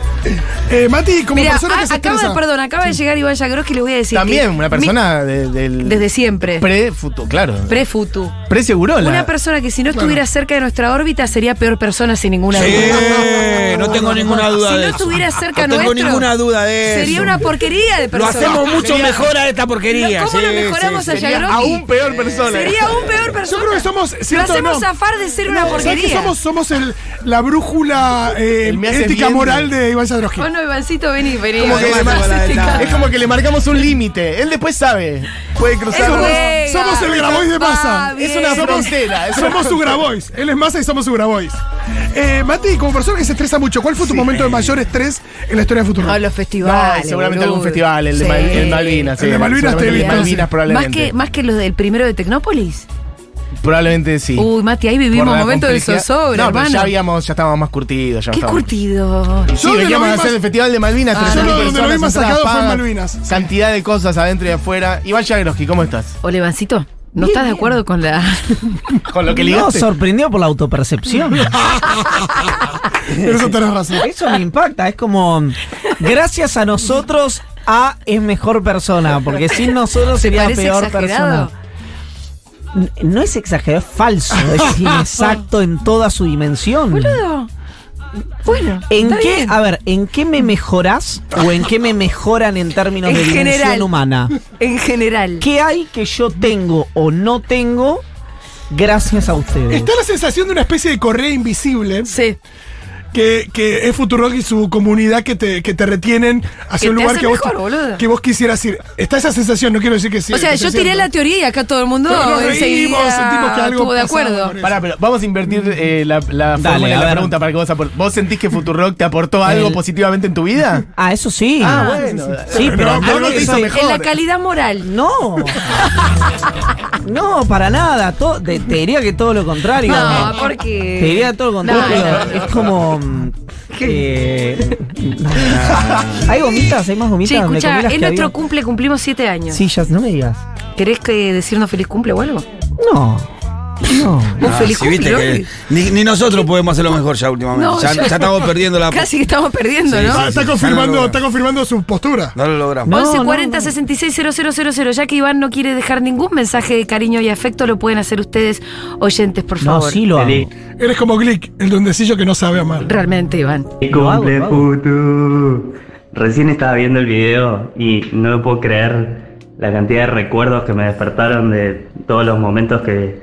E: Eh, Mati, como
B: Mira,
E: persona que se
B: acaba,
E: expresa-
B: perdón, acaba de llegar Iván Yagroski y les voy a decir.
A: También
B: que
A: una persona de-
B: mi-
A: del
B: desde siempre.
A: pre-futuro, claro.
B: Prefutu.
A: Pre-seguro. la-
B: Una persona que si no estuviera cerca de nuestra órbita sería peor persona sin ninguna duda.
G: Sí, no tengo ninguna duda
B: Si
G: de
B: no
G: eso.
B: estuviera cerca
G: No tengo
B: nuestro,
G: ninguna duda de eso.
B: sería una porquería de
G: Lo
B: persona.
G: hacemos mucho
A: Sería-
G: mejor a esta porquería.
B: ¿Cómo
G: sí,
B: lo mejoramos
G: sí,
B: a
G: sí.
A: Sería
B: Yagroski?
A: aún peor persona.
B: Sería aún peor persona.
E: creo que somos-
B: Lo
E: ¿cierto o
B: hacemos
E: no?
B: zafar de ser una
E: ¿Sabes
B: porquería.
E: que somos? Somos el, la brújula eh,
A: El me haces
E: ética
A: bien.
E: moral de Iván Sadrowski.
B: Bueno, Ivancito, vení, vení.
A: Como que
B: vení,
A: le
B: vení,
A: mar-
B: vení,
A: Es como que le marcamos un límite. Él después sabe. Puede cruzar.
B: Él
A: los-
B: juega.
E: Somos el Grabois de masa.
B: Va bien.
A: Es una frontera. es una-
E: Somos su Grabois. Él es masa y somos su Grabois. Eh, Mati, como persona que se estresa mucho, ¿cuál fue tu momento de mayor estrés en la historia de Futuro?
B: No, Ah, los
A: No,
B: festivales.
A: seguramente
B: boludo.
A: algún festival, el de, Mal-
B: Sí.
A: el Malvinas. sí,
E: El de Malvinas te he
A: seguramente el de
E: visto,
A: Malvinas,
E: sí.
B: Más
A: probablemente.
B: que, más que los del primero de Tecnópolis.
A: Probablemente sí.
B: Uy, Mati, ahí
A: Por
B: vivimos
A: la
B: momentos de
A: complejidad.
B: zozobra,
A: No,
B: hermano.
A: pero ya habíamos, ya estábamos más curtidos. Ya
B: Qué
A: estábamos-
B: curtido.
A: Sí,
E: Yo donde
A: veníamos
E: lo vi
A: a hacer
E: más-
A: el Festival de Malvinas.
B: Ah.
A: 300.000
B: Yo
E: lo- donde lo vi
A: personas,
E: más
A: entradas
E: sacado fue en
A: pagas,
E: Malvinas, sí.
A: Cantidad de cosas adentro y afuera. Iván Yagroski, ¿cómo estás?
B: Ole, Ivancito, ¿no estás de acuerdo con la.
A: Con lo que
I: No,
A: ligaste.
I: sorprendió por la autopercepción.
E: En eso tenés razón.
I: Eso me impacta. Es como, gracias a nosotros, A es mejor persona. Porque sin nosotros sería
B: parece
I: peor
B: exagerado?
I: persona. N- No es exagerado, es falso. Es inexacto en toda su dimensión.
B: Boludo. Bueno.
I: ¿En
B: está
I: qué,
B: bien.
I: a ver, ¿en qué me mejoras o en qué me mejoran en términos
B: En
I: de dimensión
B: general.
I: humana?
B: En general.
I: ¿Qué hay que yo tengo o no tengo gracias a ustedes?
E: Está la sensación de una especie de correa invisible
B: Sí.
E: que, que es Futurock y su comunidad que te, que te retienen hacia
B: Que
E: un
B: te
E: lugar
B: hace
E: que,
B: mejor,
E: vos,
B: boludo.
E: que vos quisieras ir. Está esa sensación, no quiero decir que sí.
B: O sea,
E: que
B: yo
E: se
B: tiré
E: sienta.
B: la teoría y acá todo el mundo
E: Pero nos reímos,
B: enseguida
E: sentimos que algo
B: estuvo de
E: pasaba
B: acuerdo.
E: con eso.
A: Pará, pero vamos a invertir eh, la, la
I: Dale,
A: fórmula de
I: a
A: la
I: ver.
A: pregunta para que vos apor- ¿Vos sentís que Futurock te aportó algo
I: El-
A: positivamente en tu vida?
I: Ah, eso sí.
A: Ah, bueno.
I: Sí, pero
E: No, pero
I: algo
E: no te
I: que
E: hizo
I: soy-
E: mejor.
B: En la calidad moral.
I: No. No, para nada. To- te, te diría que todo lo contrario.
B: No, porque.
I: Te diría todo lo contrario.
B: No, no, no.
I: Es como. mm, eh, ¿Hay gomitas? ¿Hay más gomitas?
B: Che,
I: Me comí
B: escucha,
I: las
B: es
I: que
B: nuestro
I: había.
B: cumple, cumplimos siete años.
I: Sí, ya, no me digas.
B: ¿Querés que decirnos feliz cumple o algo?
I: No. No.
B: Un
D: Ah,
B: feliz
D: sí, viste
B: cumple
D: que
B: hoy.
D: ni, ni nosotros podemos hacer lo mejor ya últimamente.
B: No,
D: ya,
B: ya-
D: ya estamos perdiendo la.
B: Casi que estamos perdiendo,
D: Sí,
B: ¿no?
E: Ah,
D: sí,
E: está
D: sí, ya no
E: confirmando,
D: lo-
E: está confirmando su postura.
D: No lo logramos.
I: No,
B: 1140
I: no, no.
B: 660000. Ya que Iván no quiere dejar ningún mensaje de cariño y afecto, lo pueden hacer ustedes, oyentes, por
I: No,
B: favor.
I: sí lo hago.
E: Eres como Glick, el duendecillo que no sabe amar.
B: Realmente, Iván.
J: ¡Qué
I: Lo hago,
J: cumple,
I: lo hago.
J: putu! Recién estaba viendo el video y no lo puedo creer la cantidad de recuerdos que me despertaron de todos los momentos que,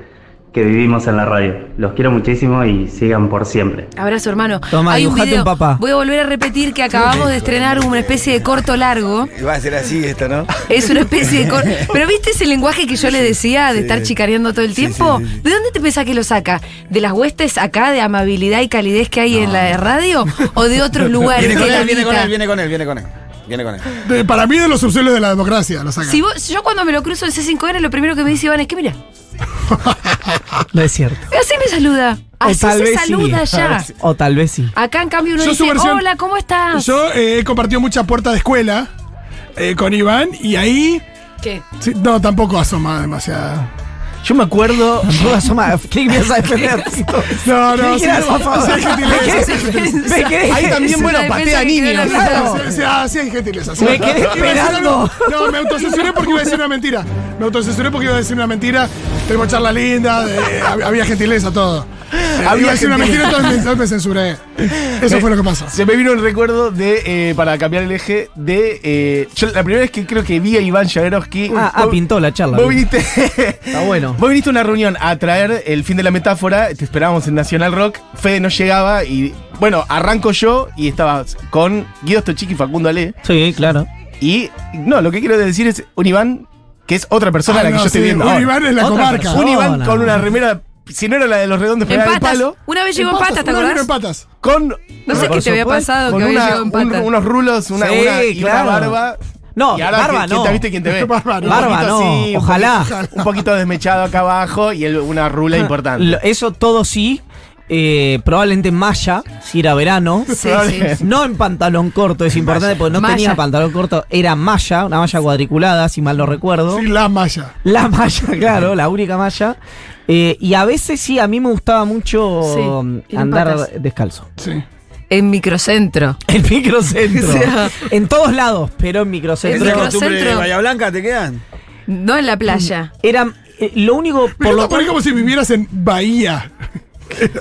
J: que vivimos en la radio. Los quiero muchísimo y sigan por siempre.
B: Abrazo, hermano.
I: Toma,
B: Hay un
I: dibujate
B: video.
I: un papá.
B: Voy a volver a repetir que acabamos de estrenar una especie de corto largo.
D: Va a ser así esta, ¿no?
B: Es una especie de cor- Pero viste ese lenguaje que yo le decía de estar chicaneando todo el tiempo. ¿De dónde te pensás que lo saca? ¿De las huestes acá de amabilidad y calidez que hay en la radio? ¿O de otros lugares?
D: Viene con
B: que
D: él,
B: la
D: viene con
B: habita?
D: él, viene con él, viene con él. Viene con él.
E: De- para mí, de los subsuelos de la democracia, lo saca.
B: Si vos- yo cuando me lo cruzo en C5N, lo primero que me dice Iván es que mira,
I: No es cierto.
B: así me saluda.
I: O
B: Así
I: tal
B: se
I: vez sí.
B: saluda ya.
I: O tal vez sí.
B: Acá en cambio uno
E: Yo
B: dice,
E: su versión-
B: hola, ¿cómo estás?
E: Yo eh, he compartido mucha puerta de escuela eh, con Iván y ahí.
B: ¿Qué?
E: sí, no, tampoco asoma demasiado.
A: Yo me acuerdo.
I: Tampoco asoma- ¿Qué me vas a defender?
E: No, no,
I: Ah, ¿Qué
E: sí,
I: quieras,
E: sí,
I: por favor?
E: sí, hay
I: ¿Me
E: gentileza.
I: querés-
B: defensa.
I: me querés-
A: Ahí también,
B: Es
A: bueno,
B: una
A: patea
B: defensa que
A: niños.
B: quedó en la
I: Claro.
B: nada.
E: Sí, sí, ah, sí, hay gentileza. sí.
I: Me quedé
E: Iba a decir
I: esperando.
E: algo- No, me autocensuré porque iba a decir una mentira. Me autocensuré porque iba a decir una mentira. Tenemos charla linda, de- eh, hab- había gentileza, todo. Eh,
A: Había
E: iba a decir una mentira,
A: gentileza.
E: entonces me, entonces me censuré. Eso fue lo que pasó.
A: Se me vino el recuerdo de, eh, para cambiar el eje, de. eh, yo la primera vez que creo que vi a Iván Jagroski.
I: Ah, ah, pintó la charla.
A: Vos
I: bien.
A: viniste.
I: Está bueno.
A: Vos viniste a una reunión a traer el fin de la metáfora, te esperábamos en Nacional Rock, Fede no llegaba y. Bueno, arranco yo y estabas con Guido Stochic y Facundo Ale.
I: Sí, claro.
A: Y no, lo que quiero decir es un Iván que es otra persona a
E: Ah,
A: la que
E: no,
A: yo estoy
E: sí,
A: viendo.
E: un
A: ahora.
E: Iván es la
I: Otra
E: comarca.
I: persona.
A: Un Iván
I: Hola.
A: con una remera, si no era la de los redondos,
B: En
A: pero era de
B: patas.
A: palo,
B: Una vez llegó en
E: En
B: pata, ¿te
E: una vez
B: acordás?
E: en patas.
A: con,
B: No sé
I: Por
B: qué te había
I: supuesto,
B: pasado
A: con
B: que había
A: una-
B: llegado en
A: un-
B: pata.
A: unos rulos, una,
I: Sí,
A: una- y una
I: claro.
A: barba.
I: No,
A: Y ahora
I: barba
A: que- que
I: no.
A: te viste quién te ve.
E: Barba no.
A: Un
I: Barba
A: poquito
I: no.
A: así, un
I: Ojalá.
A: un poquito desmechado acá abajo y el- una rula importante.
I: Ah, Lo- Eso todo sí. eh, probablemente en malla, si era verano.
B: Sí, sí.
A: Probable.
I: No en pantalón corto, es importante, porque no
B: Malla.
I: tenía pantalón corto, era malla, una malla cuadriculada, si mal no recuerdo.
E: Sí, la malla.
I: La malla, claro, la única malla. Eh, y a veces sí, a mí me gustaba mucho
B: Sí,
I: um,
B: ir en
I: andar
B: patas.
I: descalzo.
E: Sí.
B: En microcentro.
I: En microcentro.
B: O sea-
I: en todos lados, pero en microcentro.
D: ¿Esa
B: Pero
D: costumbre de
B: centro-
D: Bahía Blanca te quedan?
B: No en la playa.
I: Era eh, lo único
E: Me
I: por lo
E: encanta poner como si vivieras en Bahía.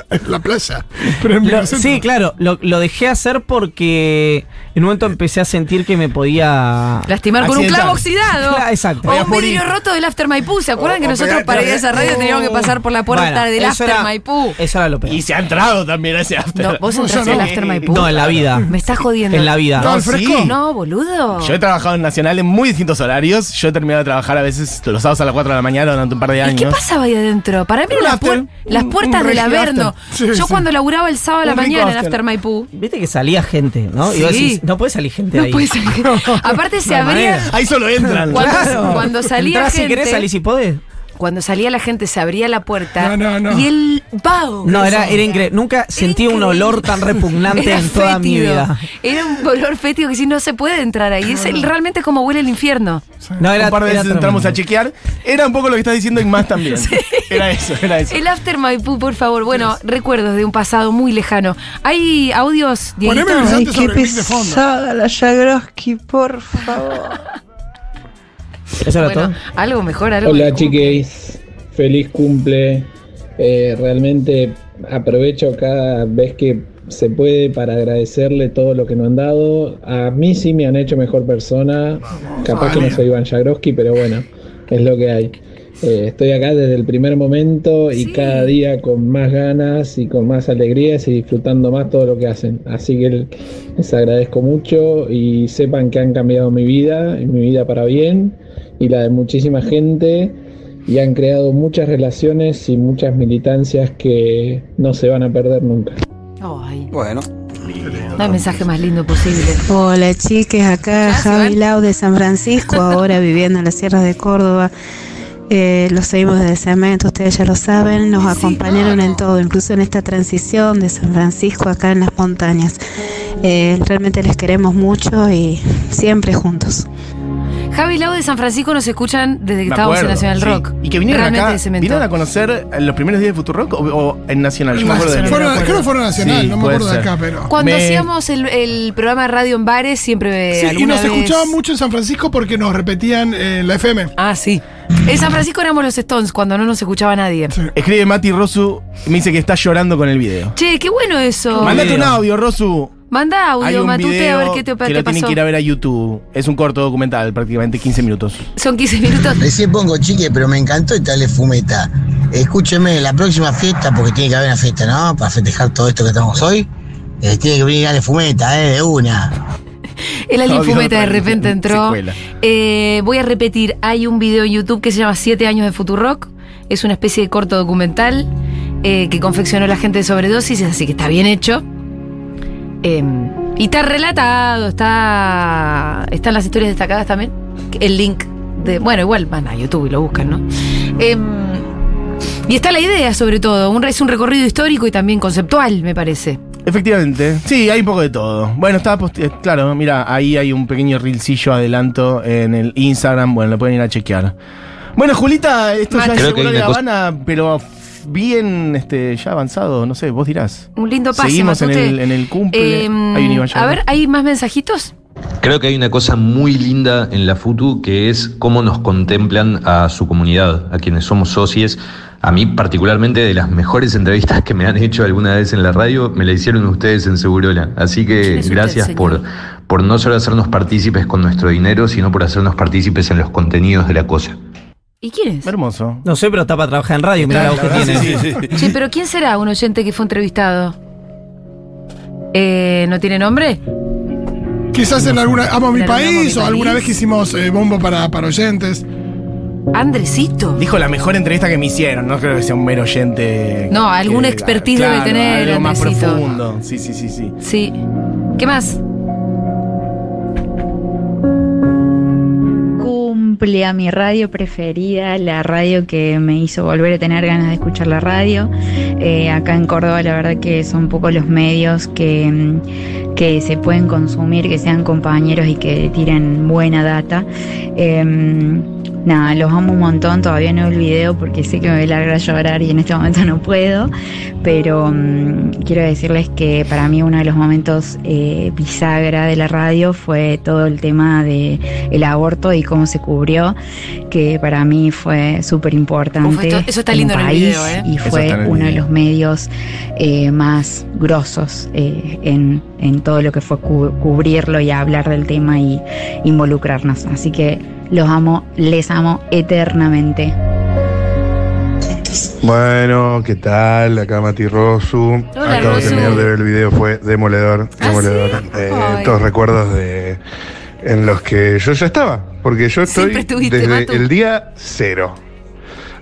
E: en la playa. Pero en
I: Lo-
E: Vilocentro.
I: sí, claro, lo, lo dejé hacer porque en un momento empecé a sentir que me podía...
B: Lastimar con un
A: Accidental.
B: clavo oxidado.
I: Claro, exacto.
B: O
I: Voy a
B: un vidrio
I: morir.
B: roto del After Maipú. ¿Se acuerdan
D: O-
B: que
D: o
K: Oh,
B: nosotros
D: pegar-
B: para ir a esa
D: pegar-
B: radio teníamos que pasar por la puerta
I: Bueno,
B: del
I: eso
B: After
I: era-
B: Maipú?
I: Eso era lo peor.
A: Y se ha entrado también a ese after.
B: No, vos
E: No,
B: entraste
E: yo
B: al
E: no.
B: After Maipú.
I: No, en la vida.
B: Me estás jodiendo.
I: En la vida.
E: No,
A: No,
E: el fresco.
A: sí.
B: No, boludo.
A: Yo he trabajado en Nacional en muy distintos horarios. Yo he terminado de trabajar a veces los sábados a las 4 de la mañana durante un par de
B: ¿Y
A: años.
B: qué pasaba ahí adentro? Para mí
A: Un
B: eran las,
A: after,
B: puer- las
A: un-
B: puertas
A: un
B: del
A: regio
B: Averno.
E: after. Sí,
B: Yo
E: sí.
B: cuando laburaba el sábado a la
A: Un rico
B: mañana en
A: after.
B: After Maipú,
I: Viste que salía gente, ¿no?
B: Sí.
I: Y vos decís, no puede salir gente
B: no
I: ahí.
B: puede ser. Aparte se
I: No hay
B: abría.
I: manera.
A: Ahí solo entran.
B: Cuando- cuando salía
I: Entrás si
B: gente-
I: querés, salís si podés.
B: Cuando salía la gente, se abría la puerta.
E: No, no, no.
B: Y el vago.
I: No, era, era increíble. Nunca sentí un
B: increíble.
I: olor tan repugnante
B: Era
I: en toda mi
B: fétido.
I: vida.
B: Era un olor fétido que si no se puede entrar ahí. Es el- realmente como huele el infierno.
I: No, era,
A: un par de
I: era
A: veces entramos
I: tremendo.
A: a chequear. Era un poco lo que estás diciendo y más también. Era eso, era eso.
B: El After Maipú, por favor. Bueno, recuerdos de un pasado muy lejano. ¿Hay audios, Dieguito?
E: Poneme
F: Ay,
E: brillantes
F: qué
E: sobre el pic de fondo.
F: pesada la Jagroski, por favor.
I: Eso era
B: Bueno,
I: todo.
B: algo mejor, algo
L: Hola
B: mejor.
L: chiques, feliz cumple. Eh, realmente aprovecho cada vez que se puede para agradecerle todo lo que nos han dado. A mí sí me han hecho mejor persona. Capaz que no soy Iván Jagroski, pero bueno, es lo que hay. Eh, estoy acá desde el primer momento y
B: Sí.
L: cada día con más ganas y con más alegrías y disfrutando más todo lo que hacen. Así que les agradezco mucho y sepan que han cambiado mi vida, y mi vida para bien y la de muchísima gente y han creado muchas relaciones y muchas militancias que no se van a perder nunca.
B: Ay,
D: Bueno.
B: no hay mensaje más lindo posible.
F: Hola chiques, acá
B: Gracias,
F: Javi
B: Iván.
F: Lau de San Francisco, ahora viviendo en las sierras de Córdoba.
M: Eh, los seguimos desde Cemento, ustedes ya lo saben, nos acompañaron en todo, incluso en esta transición de San Francisco acá en las montañas. Eh, realmente les queremos mucho y siempre juntos.
B: Javi y Lau de San Francisco nos escuchan desde que
A: Me
B: estábamos en
A: acuerdo,
B: Nacional
A: sí.
B: Rock.
A: Y que vinieron
B: Realmente
A: acá,
B: de cemento.
A: vinieron a conocer en los primeros días de Futurock o, o en Nacional. Yo me acuerdo de
E: Fueron- creo que fueron a Nacional, no me
A: puede
E: acuerdo de
A: ser.
E: acá, pero-
B: Cuando
A: Me-
B: hacíamos el, el programa de radio en bares, siempre.
E: Sí, y
B: alguna
E: nos
B: vez-
E: escuchaban mucho en San Francisco porque nos repetían eh, en la FM.
B: Ah, sí. En San Francisco éramos los Stones cuando no nos escuchaba nadie.
A: Escribe Mati Rosu, me dice que está llorando con el video.
B: Che, qué bueno eso.
A: Mandate un audio, Rosu.
B: Manda
A: Hay
B: audio,
A: un
B: matute,
A: video
B: a ver qué te,
A: que
B: qué
A: lo tienen
B: pasó.
A: que ir a ver a YouTube. Es un corto documental, prácticamente 15 minutos.
B: Son 15 minutos.
N: Recién pongo chique, pero me encantó esta lefumeta. Escúcheme, la próxima fiesta, porque tiene que haber una fiesta, ¿no? Para festejar todo esto que estamos hoy. eh, tiene que venir la lefumeta, ¿eh? De una.
B: El
N: Audio
B: alifumeta de
N: otra vez,
B: repente entró.
N: secuela.
B: Eh, voy a repetir, hay un video en YouTube que se llama Siete años de Futurock. Es una especie de corto documental eh, que confeccionó la gente de Sobredosis, así que está bien hecho. Eh, y está relatado, está están las historias destacadas también. El link de... Bueno, igual van a YouTube y lo buscan, ¿no? Em, y está la idea, sobre todo. Un, es un recorrido histórico y también conceptual, me parece.
A: Efectivamente. Sí, hay un poco de todo. Bueno, está poste- eh, claro, mira, ahí hay un pequeño reelcillo adelanto en el Instagram. Bueno, lo pueden ir a chequear. Bueno, Julita, esto
B: Mate.
A: ya es
B: Creo que
A: seguro
B: hay
A: de
B: una cosa-
A: Habana, pero f- bien este, ya avanzado, no sé, vos dirás.
B: Un lindo pase.
A: Seguimos en
B: Matute.
A: el, en el cumple.
B: Eh,
A: Hay un Iván
B: a
A: Yáñez.
B: ver, ¿hay más mensajitos?
O: Creo que hay una cosa muy linda en la FUTU que es cómo nos contemplan a su comunidad, a quienes somos socios. A mí particularmente de las mejores entrevistas que me han hecho alguna vez en la radio, me la hicieron ustedes en Segurola. Así
K: ¿Quién
O: que
K: es usted,
O: gracias por,
K: señor?
O: por no solo hacernos partícipes con nuestro dinero, sino por hacernos partícipes en los contenidos de la cosa.
B: ¿Y quién es?
A: Hermoso.
I: No sé, pero está para trabajar en radio, mirá la voz que tiene.
B: Che, pero ¿quién será un oyente que fue entrevistado? Eh, ¿No tiene nombre?
E: Quizás en alguna. Amo mi
B: Claro, Amo Mi
E: país o alguna
B: País.
E: vez que hicimos eh, bombo para, para oyentes.
B: Andresito.
A: Dijo la mejor entrevista que me hicieron. No creo que sea un mero oyente.
B: No,
A: que-
B: alguna expertise debe
A: Eh, claro,
B: tener,
A: Algo más
B: Andresito.
A: profundo. Sí, sí, sí, sí.
B: Sí. ¿Qué más?
P: cumple a mi radio preferida, la radio que me hizo volver a tener ganas de escuchar la radio. Eh, acá en Córdoba la verdad que son pocos los medios que, mm, que se pueden consumir, que sean compañeros y que tiren buena data. Eh, nada, los amo un montón, todavía no veo el video porque sé que me voy a largar a llorar y en este momento no puedo, pero mm, quiero decirles que para mí uno de los momentos eh, bisagra de la radio fue todo el tema de el aborto y cómo se cubrió, que para mí fue súper
B: Uf,
P: importante.
B: esto- eso está lindo en el video, ¿eh?
P: Y
B: Eso
P: fue
B: está en el
P: uno de
B: video.
P: los medios eh, más grosos eh, en, en todo lo que fue cu- cubrirlo y hablar del tema y involucrarnos. Así que los amo, les amo eternamente.
Q: Bueno, ¿qué tal? Acá Mati Rosu.
P: Hola,
Q: Acabo
P: Rosu. ¿Ah,
Q: de terminar de ver el video, fue demoledor. Demoledor. Eh,
R: Ay.
Q: todos recuerdos de en los que yo ya estaba, porque yo estoy
R: Siempre estuviste,
Q: desde
R: Matu.
Q: el día cero.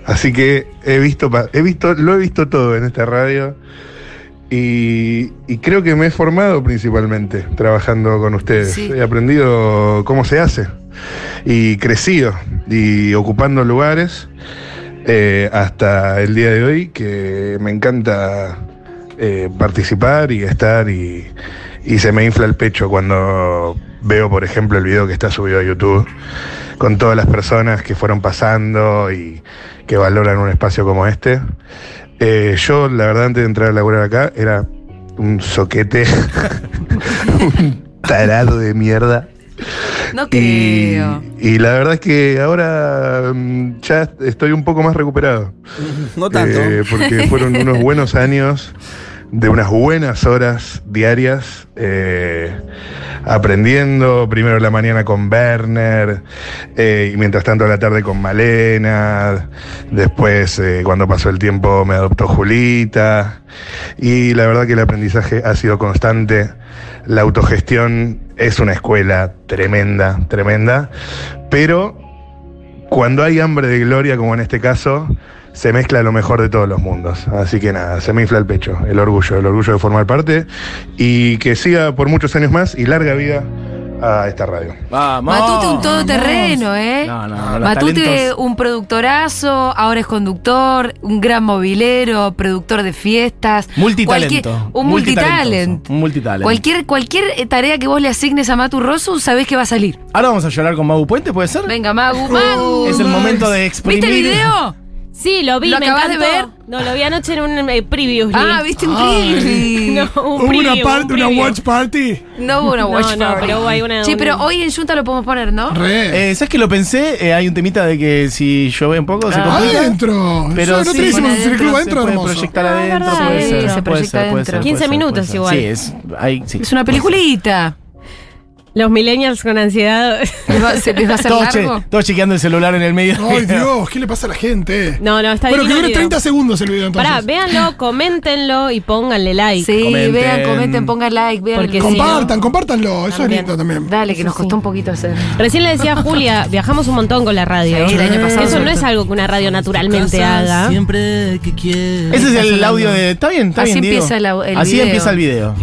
Q: Así que he visto, pa- he visto, lo he visto todo en esta radio. Y, y creo que me he formado principalmente trabajando con ustedes.
R: Sí.
Q: He aprendido cómo se hace y crecido y ocupando lugares eh, hasta el día de hoy que me encanta eh, participar y estar y, y se me infla el pecho cuando veo, por ejemplo, el video que está subido a YouTube con todas las personas que fueron pasando y que valoran un espacio como este. Eh, yo, la verdad, antes de entrar a laburar acá, era un soquete, un tarado de mierda.
B: No
Q: Y,
B: creo.
Q: y la verdad es que ahora mm, ya estoy un poco más recuperado.
I: No tanto.
Q: Eh, porque fueron unos buenos años de unas buenas horas diarias eh, aprendiendo, primero la mañana con Werner, eh, y mientras tanto a la tarde con Malena, después eh, cuando pasó el tiempo me adoptó Julita, y la verdad que el aprendizaje ha sido constante, la autogestión es una escuela tremenda, tremenda, pero cuando hay hambre de gloria, como en este caso, se mezcla lo mejor de todos los mundos. Así que nada, se me infla el pecho, el orgullo, el orgullo de formar parte y que siga por muchos años más y larga vida a esta radio.
A: Vamos.
B: Matute un todoterreno, ¿eh?
A: No, no, no, los
B: Matute,
A: talentos-
B: un productorazo, ahora es conductor, un gran movilero, productor de fiestas.
A: Multitalento.
B: Cualquier- Un multitalent.
A: multitalentoso, Un multitalent.
B: Cualquier, cualquier eh, tarea que vos le asignes a Matu Rosu, sabés que va a salir.
A: Ahora vamos a llorar con Magu Puente, ¿puede ser?
B: Venga, Magu, Magu.
A: Es el momento de exprimir.
B: ¿Viste el video?
K: Sí, lo vi,
B: ¿Lo
K: me
B: acabas de
K: encantó.
B: ver?
K: No, lo vi anoche en un eh, preview.
B: Ah, ¿viste un
K: Ay.
B: preview?
K: No, un
E: ¿Hubo
K: preview,
E: una, parte,
K: un
E: una
K: preview.
E: watch party?
B: No hubo una
K: No,
B: watch
K: no,
B: party.
K: pero hubo ahí una-
B: Sí,
K: un-
B: pero hoy en Junta lo podemos poner, ¿no?
A: Eh, ¿Sabes que lo pensé? Eh, hay un temita de que si llueve un poco se
B: Ah.
A: complica.
E: Adentro.
A: Pero
E: Eso, el otro
A: sí,
E: día hicimos un
A: adentro,
E: circlo
A: se
E: adentro
A: puede
E: hermoso.
A: proyectar
E: Ah,
A: adentro,
B: verdad,
A: puede
B: sí,
A: ser,
B: se
A: puede
B: proyecta
A: ser, puede
B: adentro.
A: ser,
K: 15
A: puede ser,
K: minutos
A: puede ser.
K: igual.
A: Sí, es, hay- sí.
B: Es una peliculita.
K: Los millennials con ansiedad.
B: ¿Les va, se- les va a hacer
A: Todos, che-
B: largo?
A: todos chequeando el celular en el medio.
E: Ay, Dios, ¿qué le pasa a la gente?
K: No, no, está
E: Bueno, que
K: divino el
E: dure
K: video.
E: 30 segundos el video entonces.
K: Pará, véanlo, coméntenlo y pónganle like.
B: Sí,
E: Comenten.
B: vean, comenten, pongan like, vean.
K: Porque si
E: compartan, compártanlo. Eso es
K: También.
E: lindo también.
B: Dale, que nos costó un poquito hacer.
K: Recién le decía a Julia, viajamos un montón con la radio.
B: Sí, el año pasado,
K: Eso no
B: sobre
K: es
B: todo.
K: algo que una radio naturalmente
B: Casa
K: haga.
G: Siempre que quiero.
A: Ese es el audio de. Está bien, está
B: Así
A: bien. Diego.
B: empieza el au- el
A: Así
B: video.
A: empieza el video.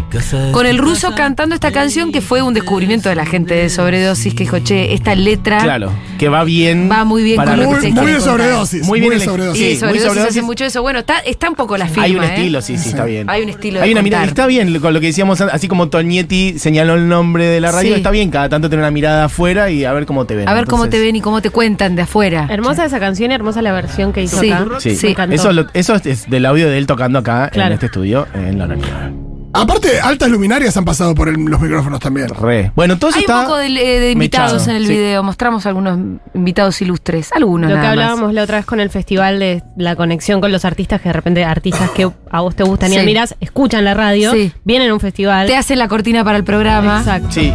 B: Con el ruso cantando esta canción que fue un descubrimiento de la gente de sobredosis que dijo, che, esta letra
A: Claro, que va bien.
B: va muy bien
A: para
B: con lo
A: lo
B: que
A: que
B: se
A: quiere
B: quiere
A: contar.
B: contar.
A: Muy bien,
E: muy
A: ele-
E: sobredosis.
A: sí,
B: Sí,
A: muy
B: sobredosis
A: sobredosis.
B: hace mucho eso. Bueno, está, está un poco la firma.
A: Hay un
B: ¿eh?
A: estilo, sí, sí, está bien.
B: Hay un estilo.
A: Hay
B: de
A: una mirada,
B: contar.
A: está bien con lo que decíamos antes, así como Toñetti señaló el nombre de la radio,
B: Sí.
A: está bien cada tanto tener una mirada afuera y a ver cómo te ven.
B: A ver cómo te
A: Entonces,
B: ven y cómo te cuentan de afuera.
K: Hermosa esa canción y hermosa la versión que hizo
B: Sí,
K: acá.
A: Sí,
K: Me encantó.
A: eso, es lo- eso es del audio de él tocando acá en
K: Claro.
A: este estudio en la Naranja.
E: Aparte, altas luminarias han pasado por el- los micrófonos también.
A: Re. Bueno, todo eso
B: Hay
A: está
B: un poco de, de invitados
A: mechado,
B: en el
A: sí.
B: video. Mostramos algunos invitados ilustres. Algunos
K: Lo que
B: nada más.
K: hablábamos la otra vez con el festival de la conexión con los artistas, que de repente artistas que a vos te gustan y
B: Sí.
K: admiras, escuchan la radio,
B: Sí.
K: vienen a un festival.
B: Te hacen la cortina para el programa.
K: Exacto.
A: Sí.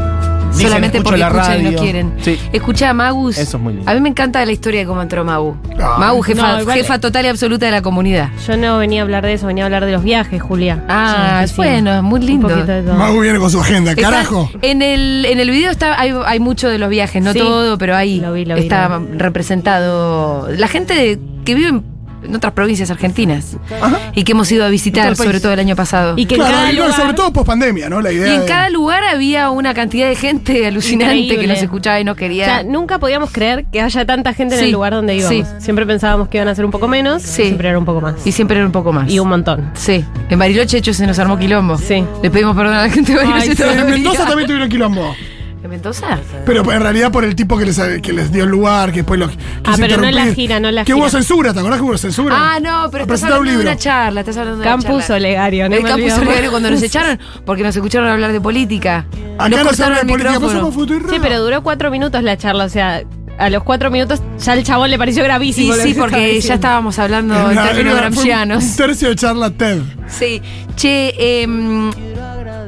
A: Dicen,
B: Solamente
A: "Escucho
B: porque
A: la
B: escuchan y no
A: radio".
B: quieren.
A: Sí.
B: Escucha a Magus.
A: Eso es muy lindo.
B: A mí me encanta la historia de cómo entró Magu.
A: Ah.
B: Magu, jefa,
K: No, igual-
B: jefa total y absoluta de la comunidad.
K: Yo no venía a hablar de eso, venía a hablar de los viajes, Julia.
B: Ah,
K: Sí, sí, sí.
B: bueno, es muy
K: Un
B: lindo.
K: poquito de todo.
E: Mago viene con su agenda,
B: Está-
E: carajo.
B: En el, en el video está, hay, hay mucho de los viajes, no
K: Sí.
B: todo, pero ahí
K: Lo vi, lo vi,
B: está
K: lo
B: representado la gente de- que vive en, en otras provincias argentinas y que hemos ido a
E: En
B: visitar,
E: todo el país.
B: sobre todo el año pasado.
K: Y que en
E: Claro,
K: cada
E: y no,
K: lugar-
E: sobre todo post pandemia, ¿no? La
B: Y
E: idea.
B: en
E: de-
B: cada lugar había una cantidad de gente alucinante que
K: Increíble.
B: nos escuchaba y nos
K: O
B: quería.
K: sea, nunca podíamos creer que haya tanta gente en
B: Sí,
K: el lugar donde íbamos.
B: sí.
K: Siempre pensábamos que iban a ser un poco menos,
B: Sí.
K: siempre era un poco más.
B: y siempre era un poco más.
K: Y un montón.
B: Sí. En Bariloche, de hecho, se nos armó quilombo.
K: Sí.
B: Le pedimos perdón a la gente de Bariloche.
E: Ay, sí,
B: todavía.
E: en Mendoza también tuvieron quilombo.
B: ¿En Mendoza?
E: Pero en realidad por el tipo que les, que les dio el lugar, que después lo.
K: Ah,
E: quiso
K: pero no en la
E: interrumpir.
K: gira, no en la
E: Que
K: gira.
E: hubo censura, ¿te acordás que hubo censura?
B: Ah, no, pero estás
E: Presentar un
B: hablando de
E: libro.
B: una charla, estás hablando de una
K: Campus
B: charla.
K: Olegario, no
B: El
K: me
B: Campus
K: olvido más.
B: Olegario cuando nos echaron, porque nos escucharon hablar de política.
E: Acá
B: nos
E: no se
B: cortaron
E: habla de política,
B: el
E: pues
B: micrófono.
E: pasamos futuro.
K: Sí, pero duró cuatro minutos la charla, o sea, a los cuatro minutos ya el chabón le pareció gravísimo. lo
B: Sí, sí,
K: que estaba
B: porque ya
K: diciendo.
B: estábamos hablando en
E: Era-
B: términos
E: era- fue
B: gramscianos.
E: Un tercio de charla TED.
B: Sí. Che, eh,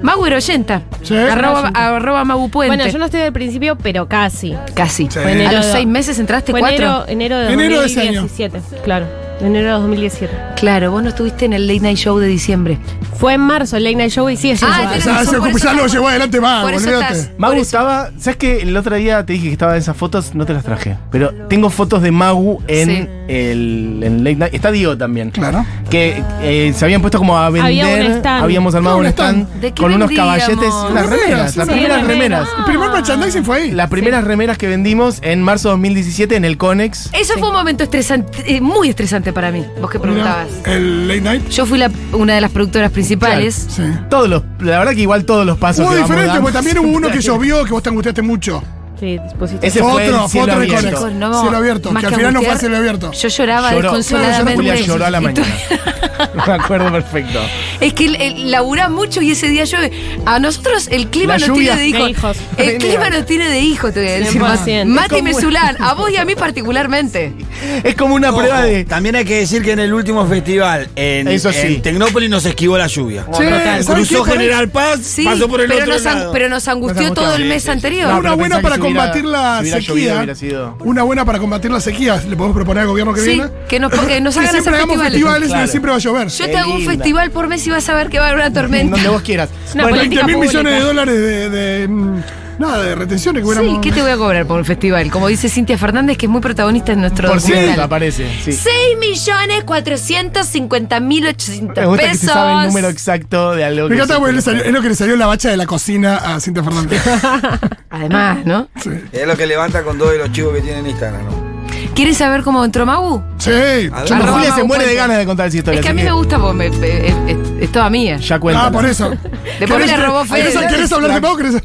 B: Magu era oyenta.
E: Sí.
B: Arroba,
K: Era
B: arroba Magu Puente.
K: Bueno, yo no estoy del principio, pero casi.
B: Casi.
E: Sí.
B: A
K: Enero
B: los
K: de-
B: seis meses entraste
K: Fue
B: Este cuatro.
K: enero, enero de
E: Enero de ese año.
K: 2017. Claro, enero de 2017.
B: Claro, vos no estuviste en el Late Night Show de diciembre.
K: Fue en marzo el Late Night Show y sí, es
B: Ah,
K: sensual.
E: Ya,
B: tenés
E: ya
B: razón,
E: se-
B: por eso
E: ya lo
B: estás-
E: llevó adelante Mago,
B: por eso estás-
E: olvídate.
A: Magu estaba, ¿sabes que El otro día te dije que estaba en esas fotos, no te las traje. Pero tengo fotos de Magu en
B: Sí.
A: el en Late Night. Está Dio también.
E: Claro.
A: Que eh, se habían puesto como a
K: Había
A: vender.
K: un stand.
A: Habíamos armado
E: No,
A: un
E: un
A: stand,
B: stand. ¿De qué
A: con unos
B: vendíamos?
A: caballetes. Unas
E: Remeras,
A: remeras, las
E: sí,
A: primeras remeras.
K: remeras.
E: El primer merchandising fue ahí.
A: Las primeras remeras que vendimos en marzo de 2017 en el Conex.
B: Eso fue un momento estresante, eh, muy estresante para mí. Vos que preguntabas.
E: El late night.
B: Yo fui la- una de las productoras principales.
E: Sí.
A: Todos los, la verdad que igual todos los pasos.
E: Hubo
A: que vamos
E: diferentes,
A: dando-
E: porque también hubo uno que llovió que vos te angustiaste mucho.
K: Sí, pusiste-
A: Ese
E: Fue
A: fue
E: otro,
A: el
E: fue
A: cielo
E: otro de
A: abierto.
E: Conex.
B: Chicos, no,
E: Cielo abierto,
B: más
E: que al
B: que
E: final no fue a
B: angustiar,
E: cielo abierto.
B: Yo lloraba
A: Lloró.
B: desconsoladamente.
A: Julia lloró a la
B: Y tú-
A: mañana. Me acuerdo perfecto.
B: Es que el- el- laburás mucho y ese día llueve. A nosotros el clima
A: La
B: nos tiene
A: lluvia.
B: de hijos.
K: De hijos.
B: El clima nos tiene de hijos, te voy a decir.
K: 100%.
B: Mati
K: ¿Cómo?
B: Mesulán, a vos y a mí particularmente.
A: Es como una prueba
G: Ojo,
A: de.
G: También hay que decir que en el último festival, en,
A: Eso sí.
G: en Tecnópolis, nos esquivó la lluvia.
E: Che, ¿sabes
G: Cruzó
E: qué?
G: General Paz,
B: Sí,
G: pasó por el
B: pero,
G: otro
B: nos ang-
G: lado.
B: pero nos angustió
A: Nos
B: todo el
A: angustió.
B: mes anterior.
A: No,
E: una
A: pero
E: buena
A: pensá que
E: para
A: si hubiera-
E: combatir la
A: si hubiera
E: sequía.
A: llovido, hubiera sido-
E: Una buena para combatir la sequía. ¿Le podemos proponer al gobierno que
B: Sí,
E: viene?
B: que nos- que nos hagan hacer
E: siempre hagamos
B: festivales.
E: festivales
A: Claro.
E: y siempre va a llover.
B: Yo te
A: Qué
B: hago un
A: linda.
B: festival por mes y vas a ver que va a haber una tormenta.
A: Donde vos quieras.
K: una
A: Bueno,
K: política
E: 20 mil millones de
K: pública.
E: dólares de, de, mm, Nada, de retenciones que
B: Sí,
E: hubiéramos.
B: ¿qué te voy a cobrar por el festival? Como dice Cintia Fernández, que es muy protagonista en nuestro
A: Por cierto,
B: documental.
A: aparece. Sí.
B: 6.450.800
A: Me gusta Eh, que
B: pesos.
A: se sabe el número exacto de algo
E: Me
A: que
E: encanta
A: se-
E: porque le salió- es lo que le salió la bacha de la cocina a Cinta Fernández.
B: Además, ¿no?
G: Es lo que levanta con dos de los chivos que tienen Instagram, ¿no?
B: ¿Quieres saber cómo entró Magu?
E: Sí.
G: ver.
A: Yo-
B: Arroba
A: Julia se
B: Mau
A: muere de
B: Puente.
A: ganas de contar esa historia.
B: Es que a
A: así
B: mí me gusta porque me- me- es, es- es toda mía.
A: Ya cuenta.
E: Ah, por eso.
B: Después me
E: ¿Querés-
B: la robó Fede.
E: ¿Querés, querés hablar de Mau? ¿Querés-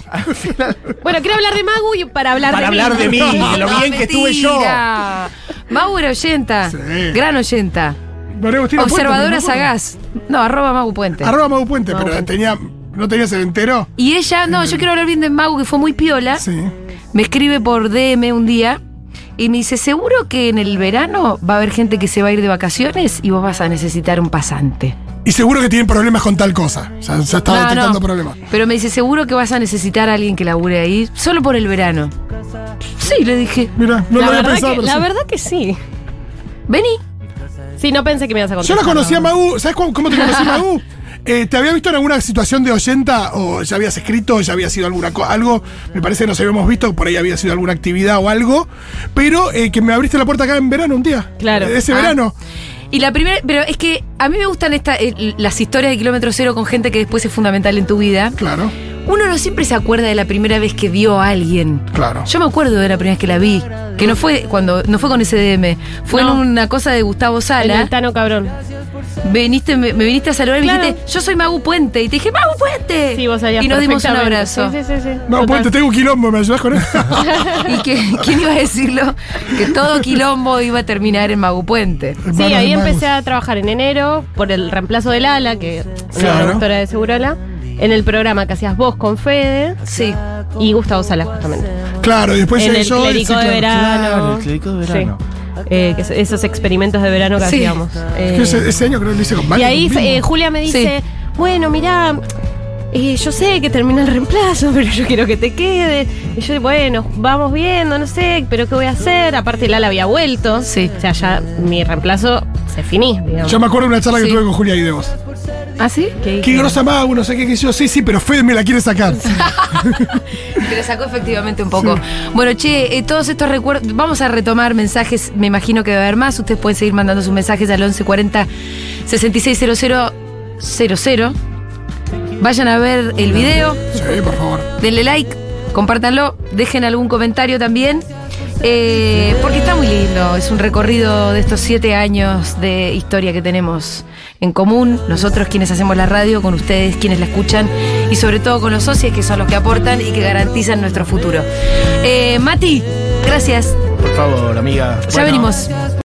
K: Bueno, quiero hablar de Magu y para hablar
A: Para
K: de
A: hablar de mí, de lo bien que estuve yo.
B: Mentira. Magu era oyenta. Gran oyenta.
E: María Agustina Puente,
B: Observadora
E: pero no puedo.
B: sagaz. No, arroba Magu Puente.
E: Arroba Mau Puente,
B: Mau
E: pero
B: Puente.
E: tenía, no tenía entero.
B: Y ella, no, yo quiero hablar bien de Magu, que fue muy piola. Me escribe por DM un día y me dice, seguro que en el verano va a haber gente que se va a ir de vacaciones y vos vas a necesitar un pasante.
E: Y seguro que tienen problemas con tal cosa. Ya, ya estaba
B: No,
E: detectando
B: no.
E: problemas.
B: Pero me dice, seguro que vas a necesitar a alguien que labure ahí, solo por el verano. Sí, le dije.
E: Mira, no
K: la,
E: lo había
K: verdad
E: pensado.
K: que,
E: pero sí.
K: la verdad que sí.
B: Vení.
K: Sí, no pensé que me ibas a
E: Yo
K: contar.
E: la conocí a Magu. ¿Sabes cómo, cómo te conocí, Magu? Eh, ¿Te había visto en alguna situación de oyenta o ya habías escrito, ya había sido alguna co- algo? Me parece que nos habíamos visto, por ahí había sido alguna actividad o algo, pero eh, que me abriste la puerta acá en verano un día.
K: Claro.
E: Eh, Ese
B: Ah.
E: verano.
B: Y la primera, pero es que a mí me gustan esta, eh, las historias de kilómetro cero con gente que después es fundamental en tu vida.
E: Claro,
B: Uno no siempre se acuerda de la primera vez que vio a alguien.
E: claro.
B: Yo me acuerdo de la primera vez que la vi, que no fue cuando no fue con SDM, fue
K: No.
B: en una cosa de Gustavo
K: En
B: Sala.
K: el Tano Cabrón.
B: Viniste, me, me viniste a saludar y me
K: Claro.
B: dijiste, yo soy Magu Puente. Y te dije, Magu Puente.
K: Sí, vos sabías
B: y nos dimos un
K: perfectamente.
B: abrazo.
K: Sí, sí, sí. sí.
E: No,
K: Total.
E: Puente, tengo un quilombo, ¿me ayudás con eso?
B: ¿Y que, quién iba a decirlo? Que todo quilombo iba a terminar en Magu Puente.
K: Sí,
E: Manos
K: ahí
E: en
K: empecé a trabajar en enero por el reemplazo de Lala, que es
E: Claro.
K: una doctora de Segurola, en el programa que hacías vos con Fede
B: Sí.
K: y Gustavo Sala, justamente.
E: Claro, y después
K: en
E: llegué
K: el
E: yo. y
K: clérico
E: sí,
K: de
E: claro.
A: Claro,
K: verano.
A: el clérigo de
K: Sí.
A: verano.
K: Eh, que es- esos experimentos de verano que
B: Sí.
K: hacíamos. Eh,
E: Que Ese, ese año creo que lo hice con
K: y
E: Mario
K: ahí
E: mismo.
K: eh, Julia me dice, bueno, mirá, eh, yo sé que termina el reemplazo, pero yo quiero que te quedes. Y yo, bueno, vamos viendo, no sé, pero ¿qué voy a hacer? Aparte Lala había vuelto.
B: Sí.
K: O sea, ya mi reemplazo se finí, digamos.
E: Yo me acuerdo de una charla que
B: Sí.
E: tuve con Julia y de vos.
B: ¿Ah, sí?
K: ¿Qué-
E: Qué grosa Magu, no sé qué, qué sé yo. Sí, sí, pero Fede me la quiere sacar.
B: Que le sacó efectivamente un poco. Bueno, che, eh, todos estos recuerdos. Vamos a retomar mensajes. Me imagino que va a haber más. Ustedes pueden seguir mandando sus mensajes al 1140 660000. Vayan a ver el video.
E: Sí, por favor.
B: Denle like, compártanlo, dejen algún comentario también. eh, porque está muy lindo, es un recorrido de estos siete años de historia que tenemos en común, nosotros quienes hacemos la radio, con ustedes quienes la escuchan y sobre todo con los socios que son los que aportan y que garantizan nuestro futuro. Eh, Mati, gracias,
A: Por favor, amiga.
B: ya venimos.